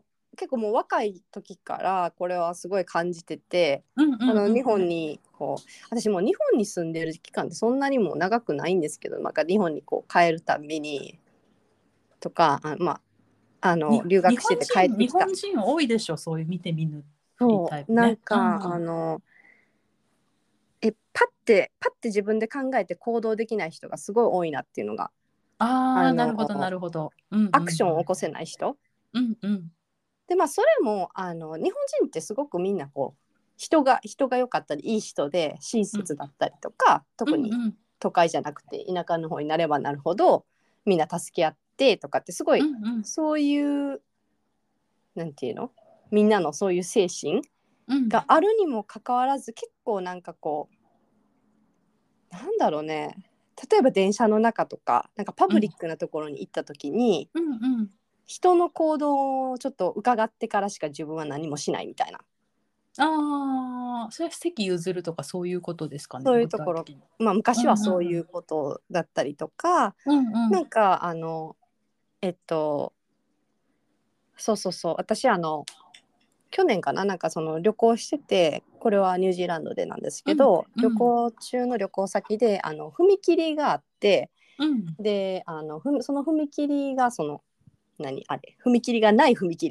B: ー結構もう若い時からこれはすごい感じてて、
A: うんうんうん
B: あの日本にこう私もう日本に住んでる期間ってそんなにもう長くないんですけどなんか日本にこう帰るたんびにとかあまああの
A: に
B: 留学してて帰って
A: 日
B: きた
A: 本人日本人多いでしょそういう見て見ぬ
B: そ
A: タイプ
B: う
A: ね
B: なんか、
A: うん
B: あのえパッてパッて自分で考えて行動できない人がすごい多いなっていうのが、
A: あ
B: あ
A: あ
B: の
A: なるほどなるほど、うんうん
B: アクションを起こせない人
A: うんうん
B: でまあそれもあの日本人ってすごくみんなこう人が人が良かったりいい人で親切だったりとか、特に
A: うんうん
B: 都会じゃなくて田舎の方になればなるほどみんな助け合ってとかってすごい、
A: うんうん
B: そういうなんていうのみんなのそういう精神
A: うん
B: があるにもかかわらず結構なんかこうなんだろうね例えば電車の中とかなんかパブリックなところに行った時に、
A: うんうん
B: 人の行動をちょっと伺ってからしか自分は何もしないみたいな
A: ああそれは席譲るとかそういうことですかね
B: そういうとこ
A: 具体
B: ろ
A: 的に
B: まあ昔はそういうことだったりとか、
A: うんうん
B: なんかあのえっとそうそうそう私あの去年かななんかその旅行しててこれはニュージーランドでなんですけど、
A: うんうん
B: 旅行中の旅行先であの踏切があって
A: うん
B: であのふみその踏切がその何あれ踏切がない踏切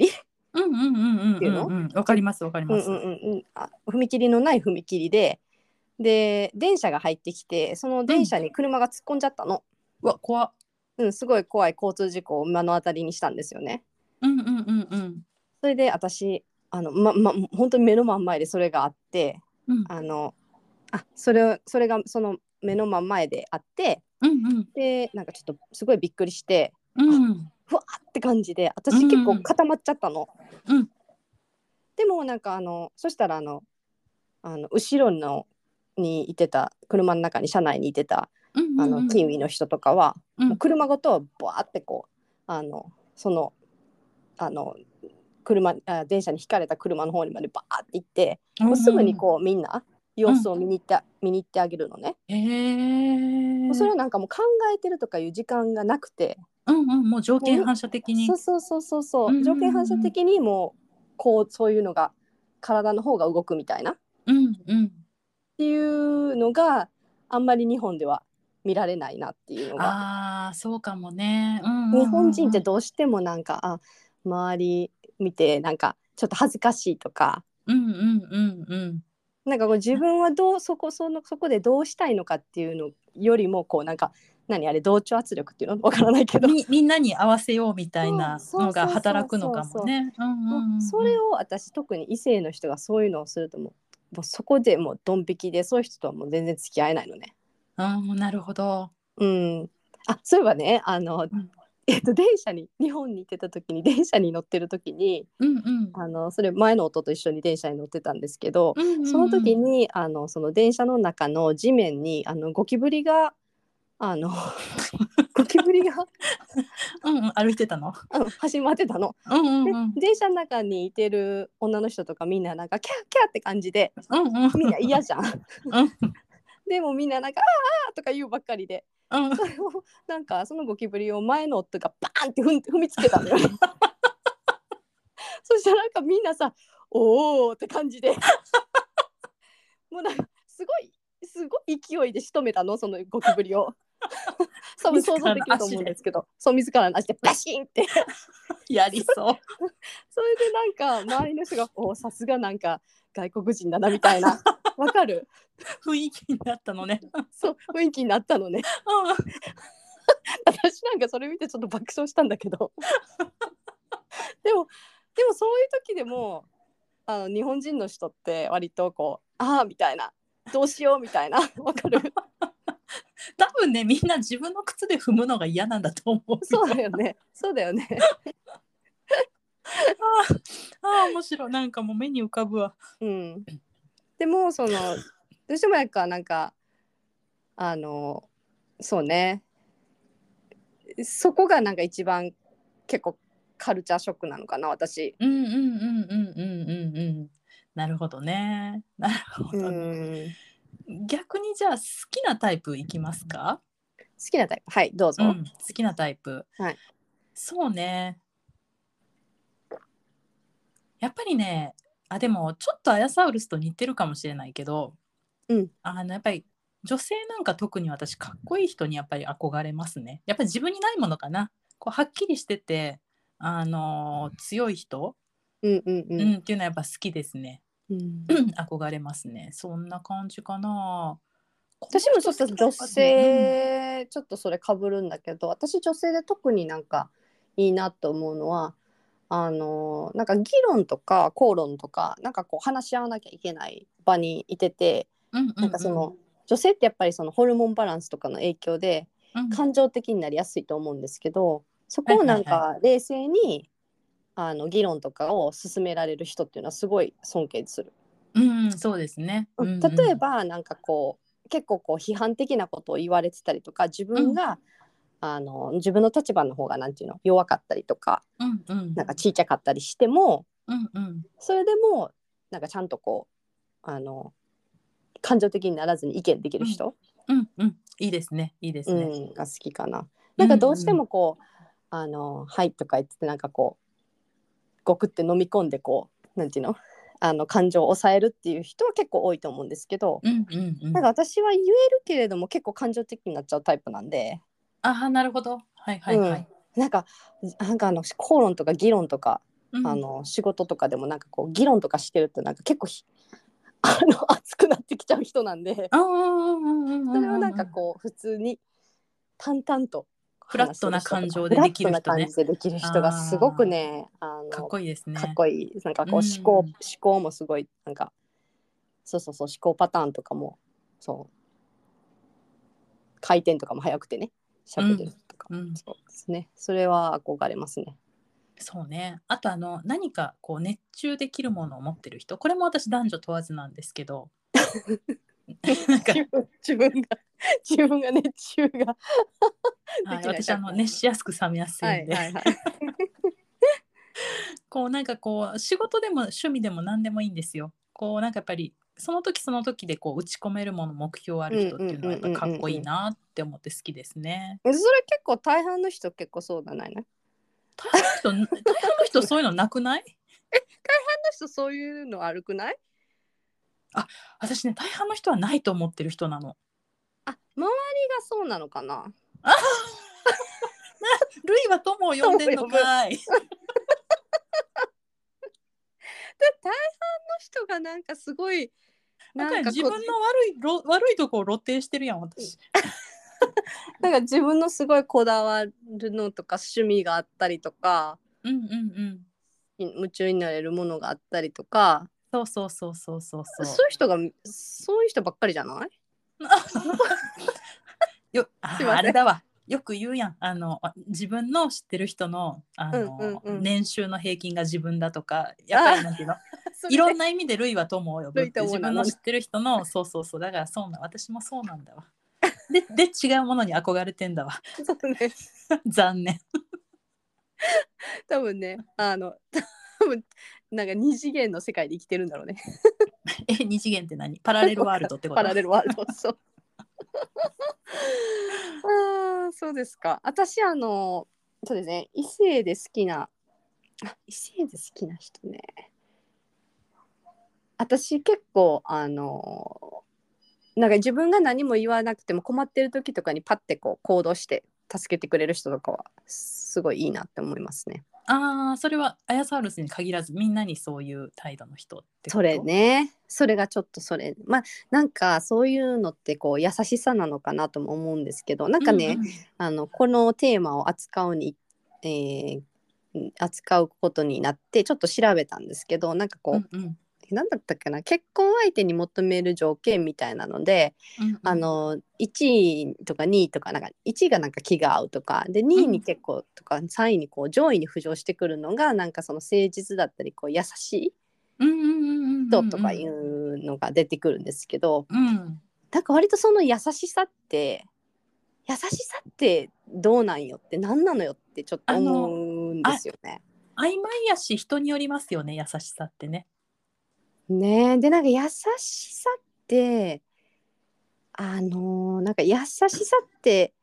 A: うんうんうんうん
B: ていうの
A: うんうんわかりますわかり
B: うん
A: ま
B: う
A: す。
B: んうんうん、あ踏切のない踏切でで電車が入ってきてその電車に車が突っ込んじゃったの、
A: うわ怖っ。
B: うんすごい怖い交通事故を目の当たりにしたんですよね。
A: うんうんうんうん
B: それで私あのまま本当に目の真ん前でそれがあって
A: うん
B: あのあそれをそれがその目の真ん前であって
A: うん
B: でなんかちょっとすごいびっくりして
A: うんうん
B: ふわーって感じで私結
A: うんう
B: 構
A: ん
B: 固まっちゃったの。
A: うん
B: でもなんかあのそしたらあのあの後ろのにいてた車の中に車内にいてた
A: うん
B: あのキウイの人とかは、
A: うん
B: もう車ごとバーってこうあのそのあの車あ電車にひかれた車の方にまでバーって行ってもうすぐにこうみんな様子を見に行って、見に行ってあげるのね。
A: うん。へ
B: も
A: え。
B: うそれはなんかもう考えてるとかいう時間がなくて、
A: うんうんもう条件反射的に
B: そう。そうそうそうそ
A: うんうんう
B: うん条件反射的にもうこうそういうのが体の方が動くみたいなっ
A: うんうん。
B: ていうのがあんまり日本では見られないなっていうのが
A: ああそうかもね。うんうんうん
B: 日本人ってどうしてもなんかあ周り見てなんかちょっと恥ずかしいとか
A: うんうんうんうん。
B: なんかこう自分はどうそこそのそこでどうしたいのかっていうのよりもこうなんか何あれ同調圧力っていうのわからないけど、
A: みみんなに合わせようみたいな
B: そう
A: のが
B: そうそうそうそう
A: 働くのかもね。うんうんうん。
B: それを私特に異性の人がそういうのをするともうもうそこでもうドン引きでそういう人とはもう全然付き合えないのね。
A: うんなるほど。
B: うん、あそういえばねあの、
A: うん
B: えっと、電車に日本に行ってた時に電車に乗ってる時に
A: うんうん。
B: あのそれ前の夫と一緒に電車に乗ってたんですけど、
A: うんうんうん
B: その時にあのその電車の中の地面にあのゴキブリがあの ゴキブリが、
A: うんうん歩いてたの。
B: うん、走り回ってたの。
A: うんうん
B: で
A: うん
B: 電車の中にいてる女の人とかみんななんかキャーキャーって感じで
A: うんうん
B: みんな嫌じゃん。
A: うん
B: でもみんななんか「あーあー」とか言うばっかりで
A: うん
B: それをなんかそのゴキブリを前の夫がバーンって踏ん踏みつけたのよ。 そしたらなんかみんなさ「おー」って感じでもうなんかすごいすごい勢いで仕留めたのそのゴキブリを。そう
A: 自ら
B: 想
A: の
B: 像できると思うんですけどそう自らの足でバシンって
A: やりそう。
B: それでなんか周りの人が「おーさすがなんか外国人だな」みたいなわかる
A: 雰囲気になったのね。
B: そう雰囲気になったのね
A: う
B: 私なんかそれ見てちょっと爆笑したんだけどでもでもそういう時でもあの日本人の人って割とこう「ああ」みたいな「どうしよう」みたいな わかる
A: ん多分ねみんな自分の靴で踏むのが嫌なんだと思う。
B: そうだよねそうだよね、
A: ああ面白いなんかもう目に浮かぶわ。
B: うん、でもそのどうしてもやっぱなんかあのそうねそこがなんか一番結構カルチャーショックなのかな私。
A: うんうんうんうんうんうんうん。なるほどね。なるほど、
B: うん
A: 逆にじゃあ好きなタイプいきますか？
B: 好きなタイプはいどうぞ。
A: うん、好きなタイプ。
B: はい。
A: そうね。やっぱりね、あでもちょっとアヤサウルスと似てるかもしれないけど、
B: うん
A: あのやっぱり女性なんか特に私かっこいい人にやっぱり憧れますね。やっぱり自分にないものかな。こうはっきりしてて、あのー強い人、
B: うんうんう
A: うんんっていうのはやっぱ好きですね。
B: うん
A: 憧れますね。そんな感じかな。
B: 私もちょっと女
A: うん
B: 性ちょっとそれかぶるんだけど私女性で特になんかいいなと思うのはあのなんか議論とか口論とかなんかこう話し合わなきゃいけない場にいてて
A: うんうん
B: なんかその女性ってやっぱりそのホルモンバランスとかの影響で
A: うん
B: 感情的になりやすいと思うんですけどそこをな
A: はい
B: ん
A: は
B: か冷静にあの議論とかを進められる人っていうのはすごい尊敬する。
A: うん、そうですね。うんうん
B: 例え、ばなんかこう結構こう批判的なことを言われてたりとか自分が、あの自分の立場の方がなんていうの弱かったりとか
A: うんうん、
B: なんかちいちゃかったりしても
A: うんうん、
B: それでもなんかちゃんとこうあの感情的にならずに意見できる人、
A: うんうん、いいですね、いいです
B: うん
A: ね。
B: が好きかな。なんかどうしてもこう「あのはい」とか言っててなんかこうごくって飲み込んでこうなんていうのあの感情を抑えるっていう人は結構多いと思うんですけど。
A: うんうんうん
B: なんか私は言えるけれども結構感情的になっちゃうタイプなんで
A: ああ、なるほど。はいはいはい。
B: なんかなんかあの口論とか議論とか、
A: うん
B: あの仕事とかでもなんかこう議論とかしてるとなんか結構ひ あの熱くなってきちゃう人なんで
A: うんうんうんうんうんうん
B: それをなんかこう普通に淡々と
A: フラットな感情でできる人ね
B: フラットな感じでできる人がすごくねあの
A: かっこいいですね。
B: かっこいいなんかこう
A: うん
B: 思考、思考もすごいなんかそうそうそう思考パターンとかもそう回転とかも速くてね尺でとか、
A: うん、
B: そうですねそれは憧れますね
A: そうね。あとあの何かこう熱中できるものを持ってる人、これも私男女問わずなんですけ ど、なんか
B: 自分自分が 自分がね中が
A: は
B: で
A: い
B: きない
A: 私あの熱しやすく冷めやすいん
B: は
A: で、
B: い はいはい
A: こうなんかこう仕事でも趣味でも何でもいいんですよ。こうなんかやっぱりその時その時でこう打ち込めるもの目標ある人っていうのはやっぱかっこいいなって思って好きですね。
B: それ結構大半の人結構そうじゃないの大
A: 大半の人 大半の人そういうのなくない？
B: 半の人そういうの悪くない
A: 私ね大半の人はないと思ってる人なの。
B: あ周りがそうなのかな
A: ルイは友を呼んでんのかい。
B: で大半の人がなんかすごい
A: な
B: なんん
A: か
B: かこう
A: 自分の悪いろ悪いとこを露呈してるやん私。
B: なんか自分のすごいこだわるのとか趣味があったりとか
A: うんうんうん。
B: い夢中になれるものがあったりとか
A: そうそうそうそうそう
B: そう
A: そう。
B: いう人がそういう人ばっかりじゃない
A: よあ
B: すい
A: ー
B: ません
A: あれだわよく言うやんあのあ自分の知ってる人のあの、
B: うんうんうん
A: 年収の平均が自分だとかやっぱりなんていうのいろんな意味で類は友を呼ぶって
B: 類と
A: 自
B: 友な
A: 分
B: の
A: の知ってる人のそうそうそうだからそうな私もそうなんだわ でで違うものに憧れてんだわ
B: そうね
A: 残念
B: 多分ねあの多分なんか二次元の世界で生きてるんだろうね
A: え二次元って何パラレルワールドってこと
B: パラレルワールドそうあーそうですか私あのそうですね異性で好きなあ異性で好きな人ね私結構あのなんか自分が何も言わなくても困ってる時とかにパッてこう行動して助けてくれる人とかはすごいいいなって思いますね。
A: ああそれはアヤサウルスに限らずみんなにそういう態度の人ってこと
B: それねそれがちょっとそれまあなんかそういうのってこう優しさなのかなとも思うんですけどなんかね、
A: うう
B: あのこのテーマを扱うに、えー扱うことになってちょっと調べたんですけどなんかこう、
A: うんうん
B: なんだったっけな結婚相手に求める条件みたいなので、
A: うん
B: あの1位とか2位とかなんか1位がなんか気が合うとかで2位に結構とか3位にこう上位に浮上してくるのがなんかその誠実だったりこう優しい
A: うんうんうんうんうん
B: 人とかいうのが出てくるんですけど、
A: うん
B: なんか割とその優しさって優しさってどうなんよって何なのよってちょっと思うんですよね。
A: 曖昧やし人によりますよね優しさってね
B: ねえでなんか優しさってあのーなんか優しさって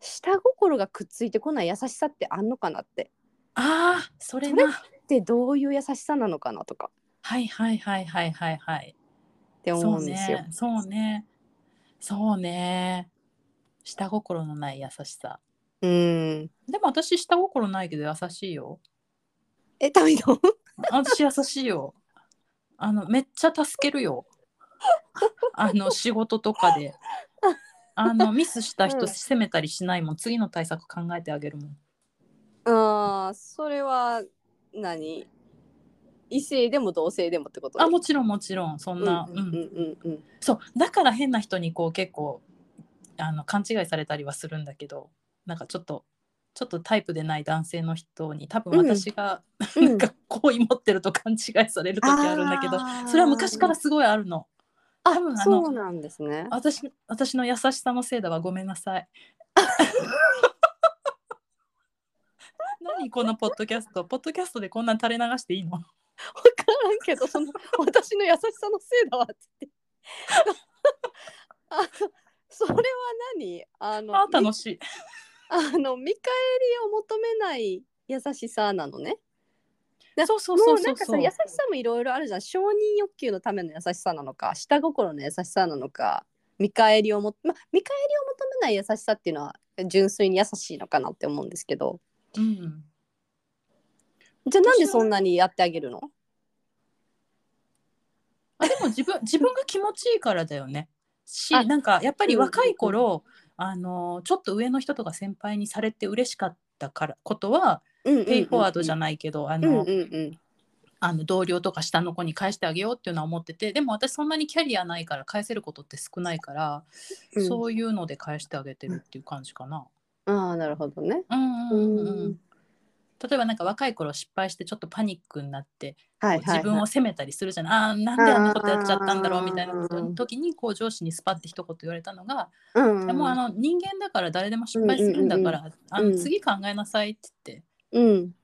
B: 下心がくっついてこない優しさってあんのかなって
A: ああそれ
B: それ
A: な
B: でどういう優しさなのかなとか
A: はいはいはいはいはいはい
B: って思
A: そううん
B: ですよ。
A: ねそうねそうね下心のない優しさ
B: うん
A: でも私下心ないけど優しいよ
B: えタミトン
A: 私優しいよ。あのめっちゃ助けるよ。あの仕事とかで。あのミスした
B: うん
A: 人責めたりしないもん、次の対策考えてあげるもん。
B: あーそれは何異性でも同性でもってこと
A: あもちろんもちろんそんな、
B: う
A: うんん
B: うんうんうんうん
A: そうだから変な人にこう結構あの勘違いされたりはするんだけどなんかちょっとちょっとタイプでない男性の人に多分私が、
B: うん
A: なんか好意持ってると勘違いされる時あるんだけど、
B: あー
A: それは昔からすごいあるの。
B: あ
A: 多分あの
B: そうなんですね
A: 私私の優しさのせいだわごめんなさい。 何このポッドキャストポッドキャストでこんなん垂れ流して いいの
B: 分からんけどその私の優しさのせいだわって 言ってあそれは何あの
A: あ
B: み
A: 楽しい
B: あの見返りを求めない優しさなのねだ
A: そうそう
B: も
A: そううそ
B: なん
A: う
B: か
A: そ
B: さ
A: う
B: 優しさもいろいろあるじゃん承認欲求のための優しさなのか下心の優しさなのか見返りをも、ま、見返りを求めない優しさっていうのは純粋に優しいのかなって思うんですけど
A: うん、
B: じゃあなんでそんなにやってあげるの
A: あでも自分自分が気持ちいいからだよねし
B: あ
A: なんかやっぱり若い頃、あのちょっと上の人とか先輩にされて嬉しかったからことは、ペイフォワードじゃ
B: な
A: ないけどあ
B: うん
A: の、
B: うんうん
A: あの同僚とか下の子に返してあげようっていうのは思っててでも私そんなにキャリアないから返せることって少ないから、
B: うん
A: そういうので返してあげてるっていう感じかな。
B: ああなるほどね。
A: うん
B: う
A: うんうん
B: ん
A: 例えばなんか若い頃失敗してちょっとパニックになって、
B: はいはい
A: 自分
B: は
A: を
B: い。
A: 責めたりするじゃない、あーなんであんなことやっちゃったんだろうみたいなこと
B: あー
A: 時にこう上司にスパって一言言われたのが、
B: うん
A: もうあの人間だから誰でも失敗するんだから、あの
B: うん
A: 次考えなさいって言って。
B: う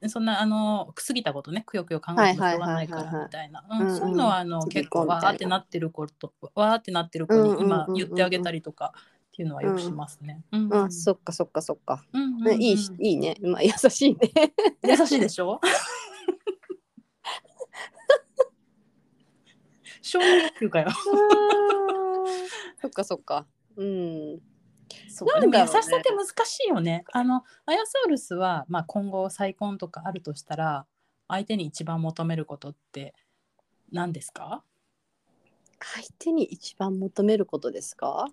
B: ん
A: そんなあの過ぎたことねくよくよ考えてもしょうがないか
B: はいはいはい
A: ら
B: はいはい
A: みたいな
B: うん
A: うんそういうのはあ
B: う
A: の
B: ん
A: 結構
B: 次行こうみたい
A: わ
B: な
A: ーってなってる子とわーってなってる子に今
B: うんうんうんうんうん
A: 言ってあげたりとかっていうのはよくしますね。うん
B: あそっかそっかそっか。
A: うんうんうん
B: ねいいしいいね。まあ優しいね。
A: 優しいでし ょ承認欲求かよ。
B: そっかそっか。うん。
A: そう
B: なんだろうね
A: でも優しさって難しいよね。あのアヤサウルスは、まあ、今後再婚とかあるとしたら相手に一番求めることって何ですか
B: 相手に一番求めることですか？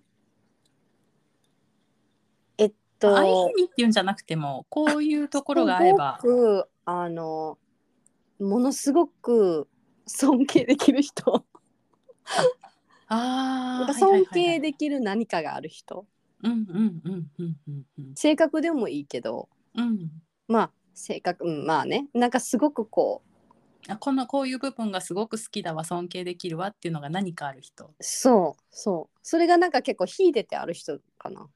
B: えっと、
A: 相手にっていうんじゃなくてもこういうところがあれば
B: すごくあのものすごく 尊敬できる人、
A: あー
B: 尊敬できる何かがある人、
A: はいはいはいうんうんうんうんうんうん
B: 性格でもいいけど、
A: うん
B: まあ性格、うん、まあね、なんかすごくこう
A: あこのこういう部分がすごく好きだわ尊敬できるわっていうのが何かある人
B: そうそうそれがなんか結構秀でてある人かな。
A: ん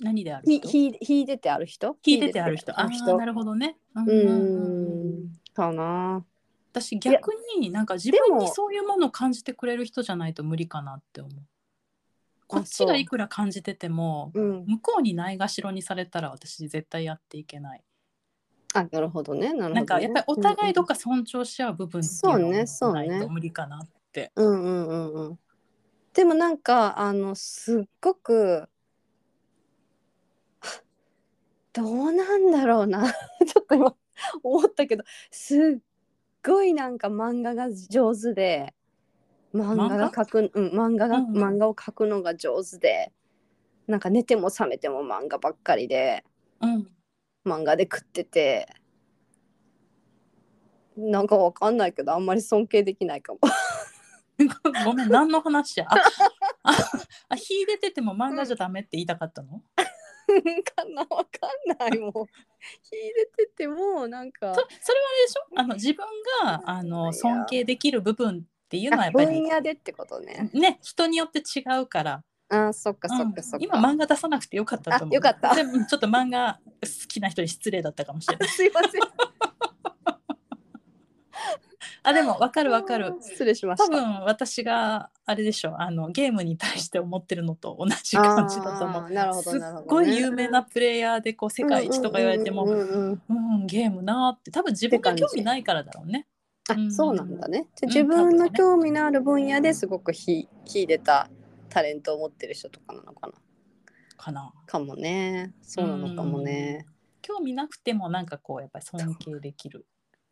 A: 何である
B: ひ
A: 人
B: ひ引いててある人
A: 聞いててある人。あ
B: 引いててあ
A: あ、な
B: る
A: るほどね。うん
B: 人。うん。かな。
A: 私逆になんか自分
B: で
A: に
B: も
A: そういうものを感じてくれる人じゃないと無理かなって思う。こっち
B: そ
A: が
B: う
A: いくら感じてても
B: うん。
A: 向こうにないがしろにされたら私絶対やっていけない。
B: あ、なるほどね。なるほど、ね。
A: なんかやっぱりお互いどっか尊重し合う部分っていうのが
B: そうねそう
A: ない
B: ね
A: と無理かなって。
B: うんうんうんうん。でもなんかあのすっごく どうなんだろうな ちょっと今思ったけどすっごいなんか漫画が上手で漫画が描くうん漫画が、
A: うんうん
B: 漫画を描くのが上手でなんか寝ても覚めても漫画ばっかりで
A: うん。
B: 漫画で食っててなんかわかんないけどあんまり尊敬できないかも。
A: ごめん何の話や。あ、あ、あ秀でてても漫画じゃダメって言いたかったの？
B: かなわかんないもう秀でててもなんか
A: そそれはあれでしょ？あの自分があ
B: いや
A: の尊敬できる部分っていうのはや
B: あ
A: っぱり
B: 分野でってことね
A: ね人によって違うから。
B: あそっかそっ
A: う
B: か
A: ん
B: そっか、
A: 今漫画出さなくてよかったと思う。
B: あよかった
A: でもちょっと漫画好きな人に失礼だったかもしれ ない。
B: すいません
A: あでもわかるわかる。
B: 失礼しま
A: 多
B: した
A: 分私があれでしょあのゲームに対して思ってるのと同じ感じだと思
B: あ
A: う。
B: ーなるほど
A: すっ
B: なるほど
A: ご
B: ね、
A: い有名なプレイヤーでこう世界一とか言われても、うん
B: うんうんうんうん
A: ゲームなーって多分自分が
B: って
A: 興
B: 感じ
A: 味ないからだろうね。
B: あ
A: うん
B: そうなんだねじ
A: うん
B: ゃ自分
A: 多分
B: の
A: ね
B: 興味のある分野ですごく秀でたタレントを持ってる人とかなのかな
A: かな。
B: かもねそうなのかもね、
A: 興味なくてもなんかこうやっぱり尊敬できる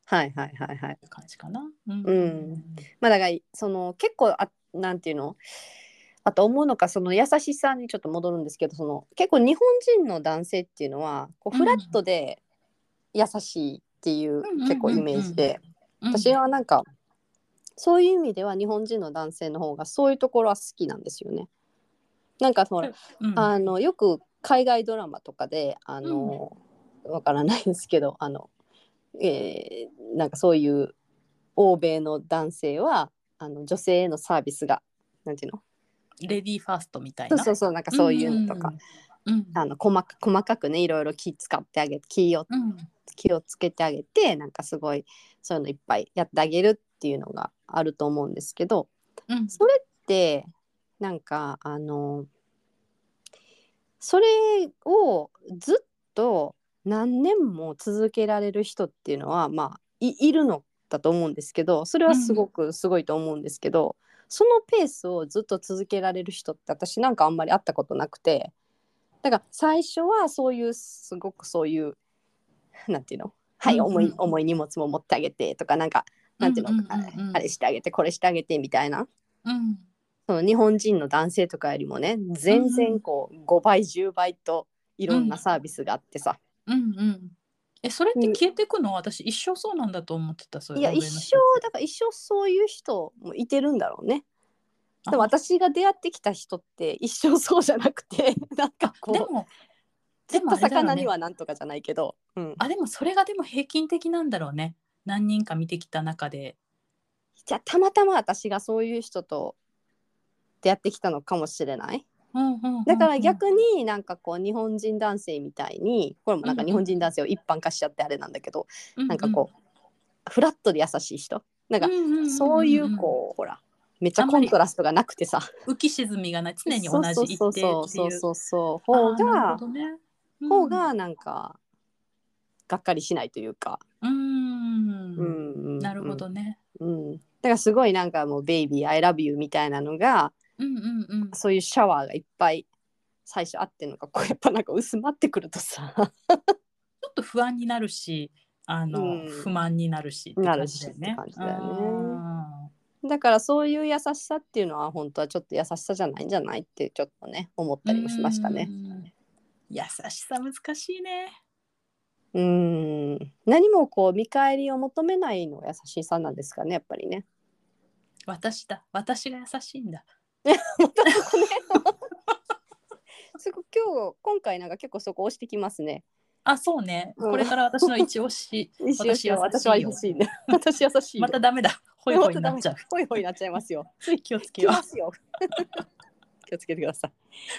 B: はいはいはいはい
A: 感じかな。うん
B: うんまあだからその結構あなんていうのあと思うのかその優しさにちょっと戻るんですけどその結構日本人の男性っていうのはこ
A: う
B: う
A: ん
B: フラットで優しいっていう
A: うんうん
B: 結構イメージで
A: うん
B: 私はなんかそういう意味では日本人の男性の方がそういうところは好きなんですよね。なんかその
A: うん
B: あのよく海外ドラマとかであの、わからないですけどあ の、えーなんかそういう欧米の男性はあの女性へのサービスがなんていうの
A: レディーファーストみたい
B: そう
A: な。
B: そうそうなんかそういうのとか、
A: うんうん
B: あの細か細かくねいろいろ気使ってあげて気を
A: うん。うん
B: 気をつけてあげてなんかすごいそういうのいっぱいやってあげるっていうのがあると思うんですけど
A: うん
B: それってなんかあのそれをずっと何年も続けられる人っていうのはまあいいるのだと思うんですけどそれはすごくすごいと思うんですけど、そのペースをずっと続けられる人って私なんかあんまり会ったことなくてだから最初はそういうすごくそういうなんていうのはい、
A: うんうん
B: 重い重い荷物も持ってあげてとかなんかなんていうの、
A: うんうんうんうん
B: あれしてあげてこれしてあげてみたいな
A: うん
B: その日本人の男性とかよりもね全然こう5倍10倍といろんなサービスがあってさ、
A: うんうん。え、それって消えていくの、私一生そうなんだと思ってた。そういう
B: いや
A: 欧米
B: 一
A: の人
B: 生だから一生そういう人もいてるんだろうね
A: あ
B: でも私が出会ってきた人って一生そうじゃなくて なんか
A: で
B: こう
A: も、
B: ず
A: で
B: っ
A: も
B: と
A: あれだよね
B: 魚にはなんとかじゃないけど、うん、
A: あ、でも、それがでも平均的なんだろうね。何人か見てきた中で。
B: じゃあたまたま私がそういう人と出会ってきたのかもしれない
A: うんうんうんうん
B: だから。逆になんかこう日本人男性みたいにこれもなんか日本人男性を一般化しちゃってあれなんだけど、なんかこう、フラットで優しい人なんか
A: うんうんうんうん
B: そういうこうほらめっちゃコントラストがなくてさ
A: 浮き沈みがない、常に同じ一定っていう。
B: そうそうそうそうそうそう
A: あー
B: 方
A: なる
B: が
A: ほどねうん
B: 方がなんかがっかりしないというか、
A: うーん
B: う。んうんうん
A: なるほ、どね。
B: うん、だからすごいなんかもう「ベイビー I love you」みたいなのが
A: うんうんうん。
B: そういうシャワーがいっぱい最初あってんのがこうやっぱなんか薄まってくるとさ
A: ちょっと不安になるし、あの、
B: うん
A: 不満になるしって感じだよね。
B: なるしって感じだよね
A: うん
B: だからそういう優しさっていうのは本当はちょっと優しさじゃないんじゃないってちょっとね思ったりもしましたね。
A: うん。優しさ難しいね。
B: うん何もこう見返りを求めないのが優しさなんですかねやっぱりね。
A: 私だ。私が優しいんだ。
B: すごく今日今回なんか結構そこ押してきますね。
A: あ、そうね。
B: うん
A: これから私の一押 し。
B: 私は私
A: 私
B: は
A: は
B: 優
A: 優
B: し
A: し
B: いね。私優しいよ。
A: またダメだ。ホイホイになっ
B: ま
A: ち
B: た
A: ゃ
B: ダメほいほいになっちゃいますよ。
A: う。気をつけ
B: き
A: よう
B: ま。すよ。気をつけてください。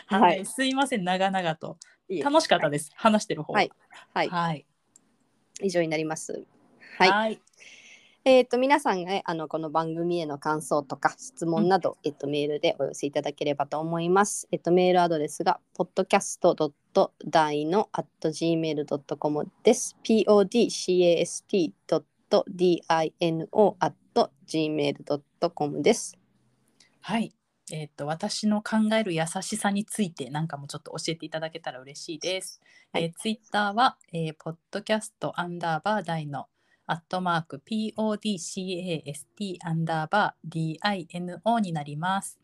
B: はい
A: えーすいません、長々と
B: い。え
A: 楽しかったです。話してる方。
B: はい。はい
A: はい。
B: 以上になります。はい
A: はい。
B: えっ、と皆さんがあのこの番組への感想とか質問など、えっ、とメールでお寄せいただければと思います。えっ、とメールアドレスが podcast.dai の gmail.com です。podcast.dino gmail.com です。
A: はい。えっ、と私の考える優しさについてなんかもちょっと教えていただけたら嬉しいです。
B: はい
A: えツイッター Twitter は、えー、ポッドキャストアンダーバー大のアットマーク PODCAST アンダーバー DINO になります。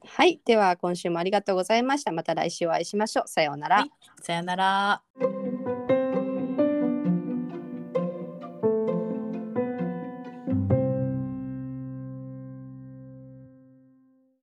B: はい、では今週もありがとうございました。また来週お会いしましょう。さようなら。
A: はいさよなら。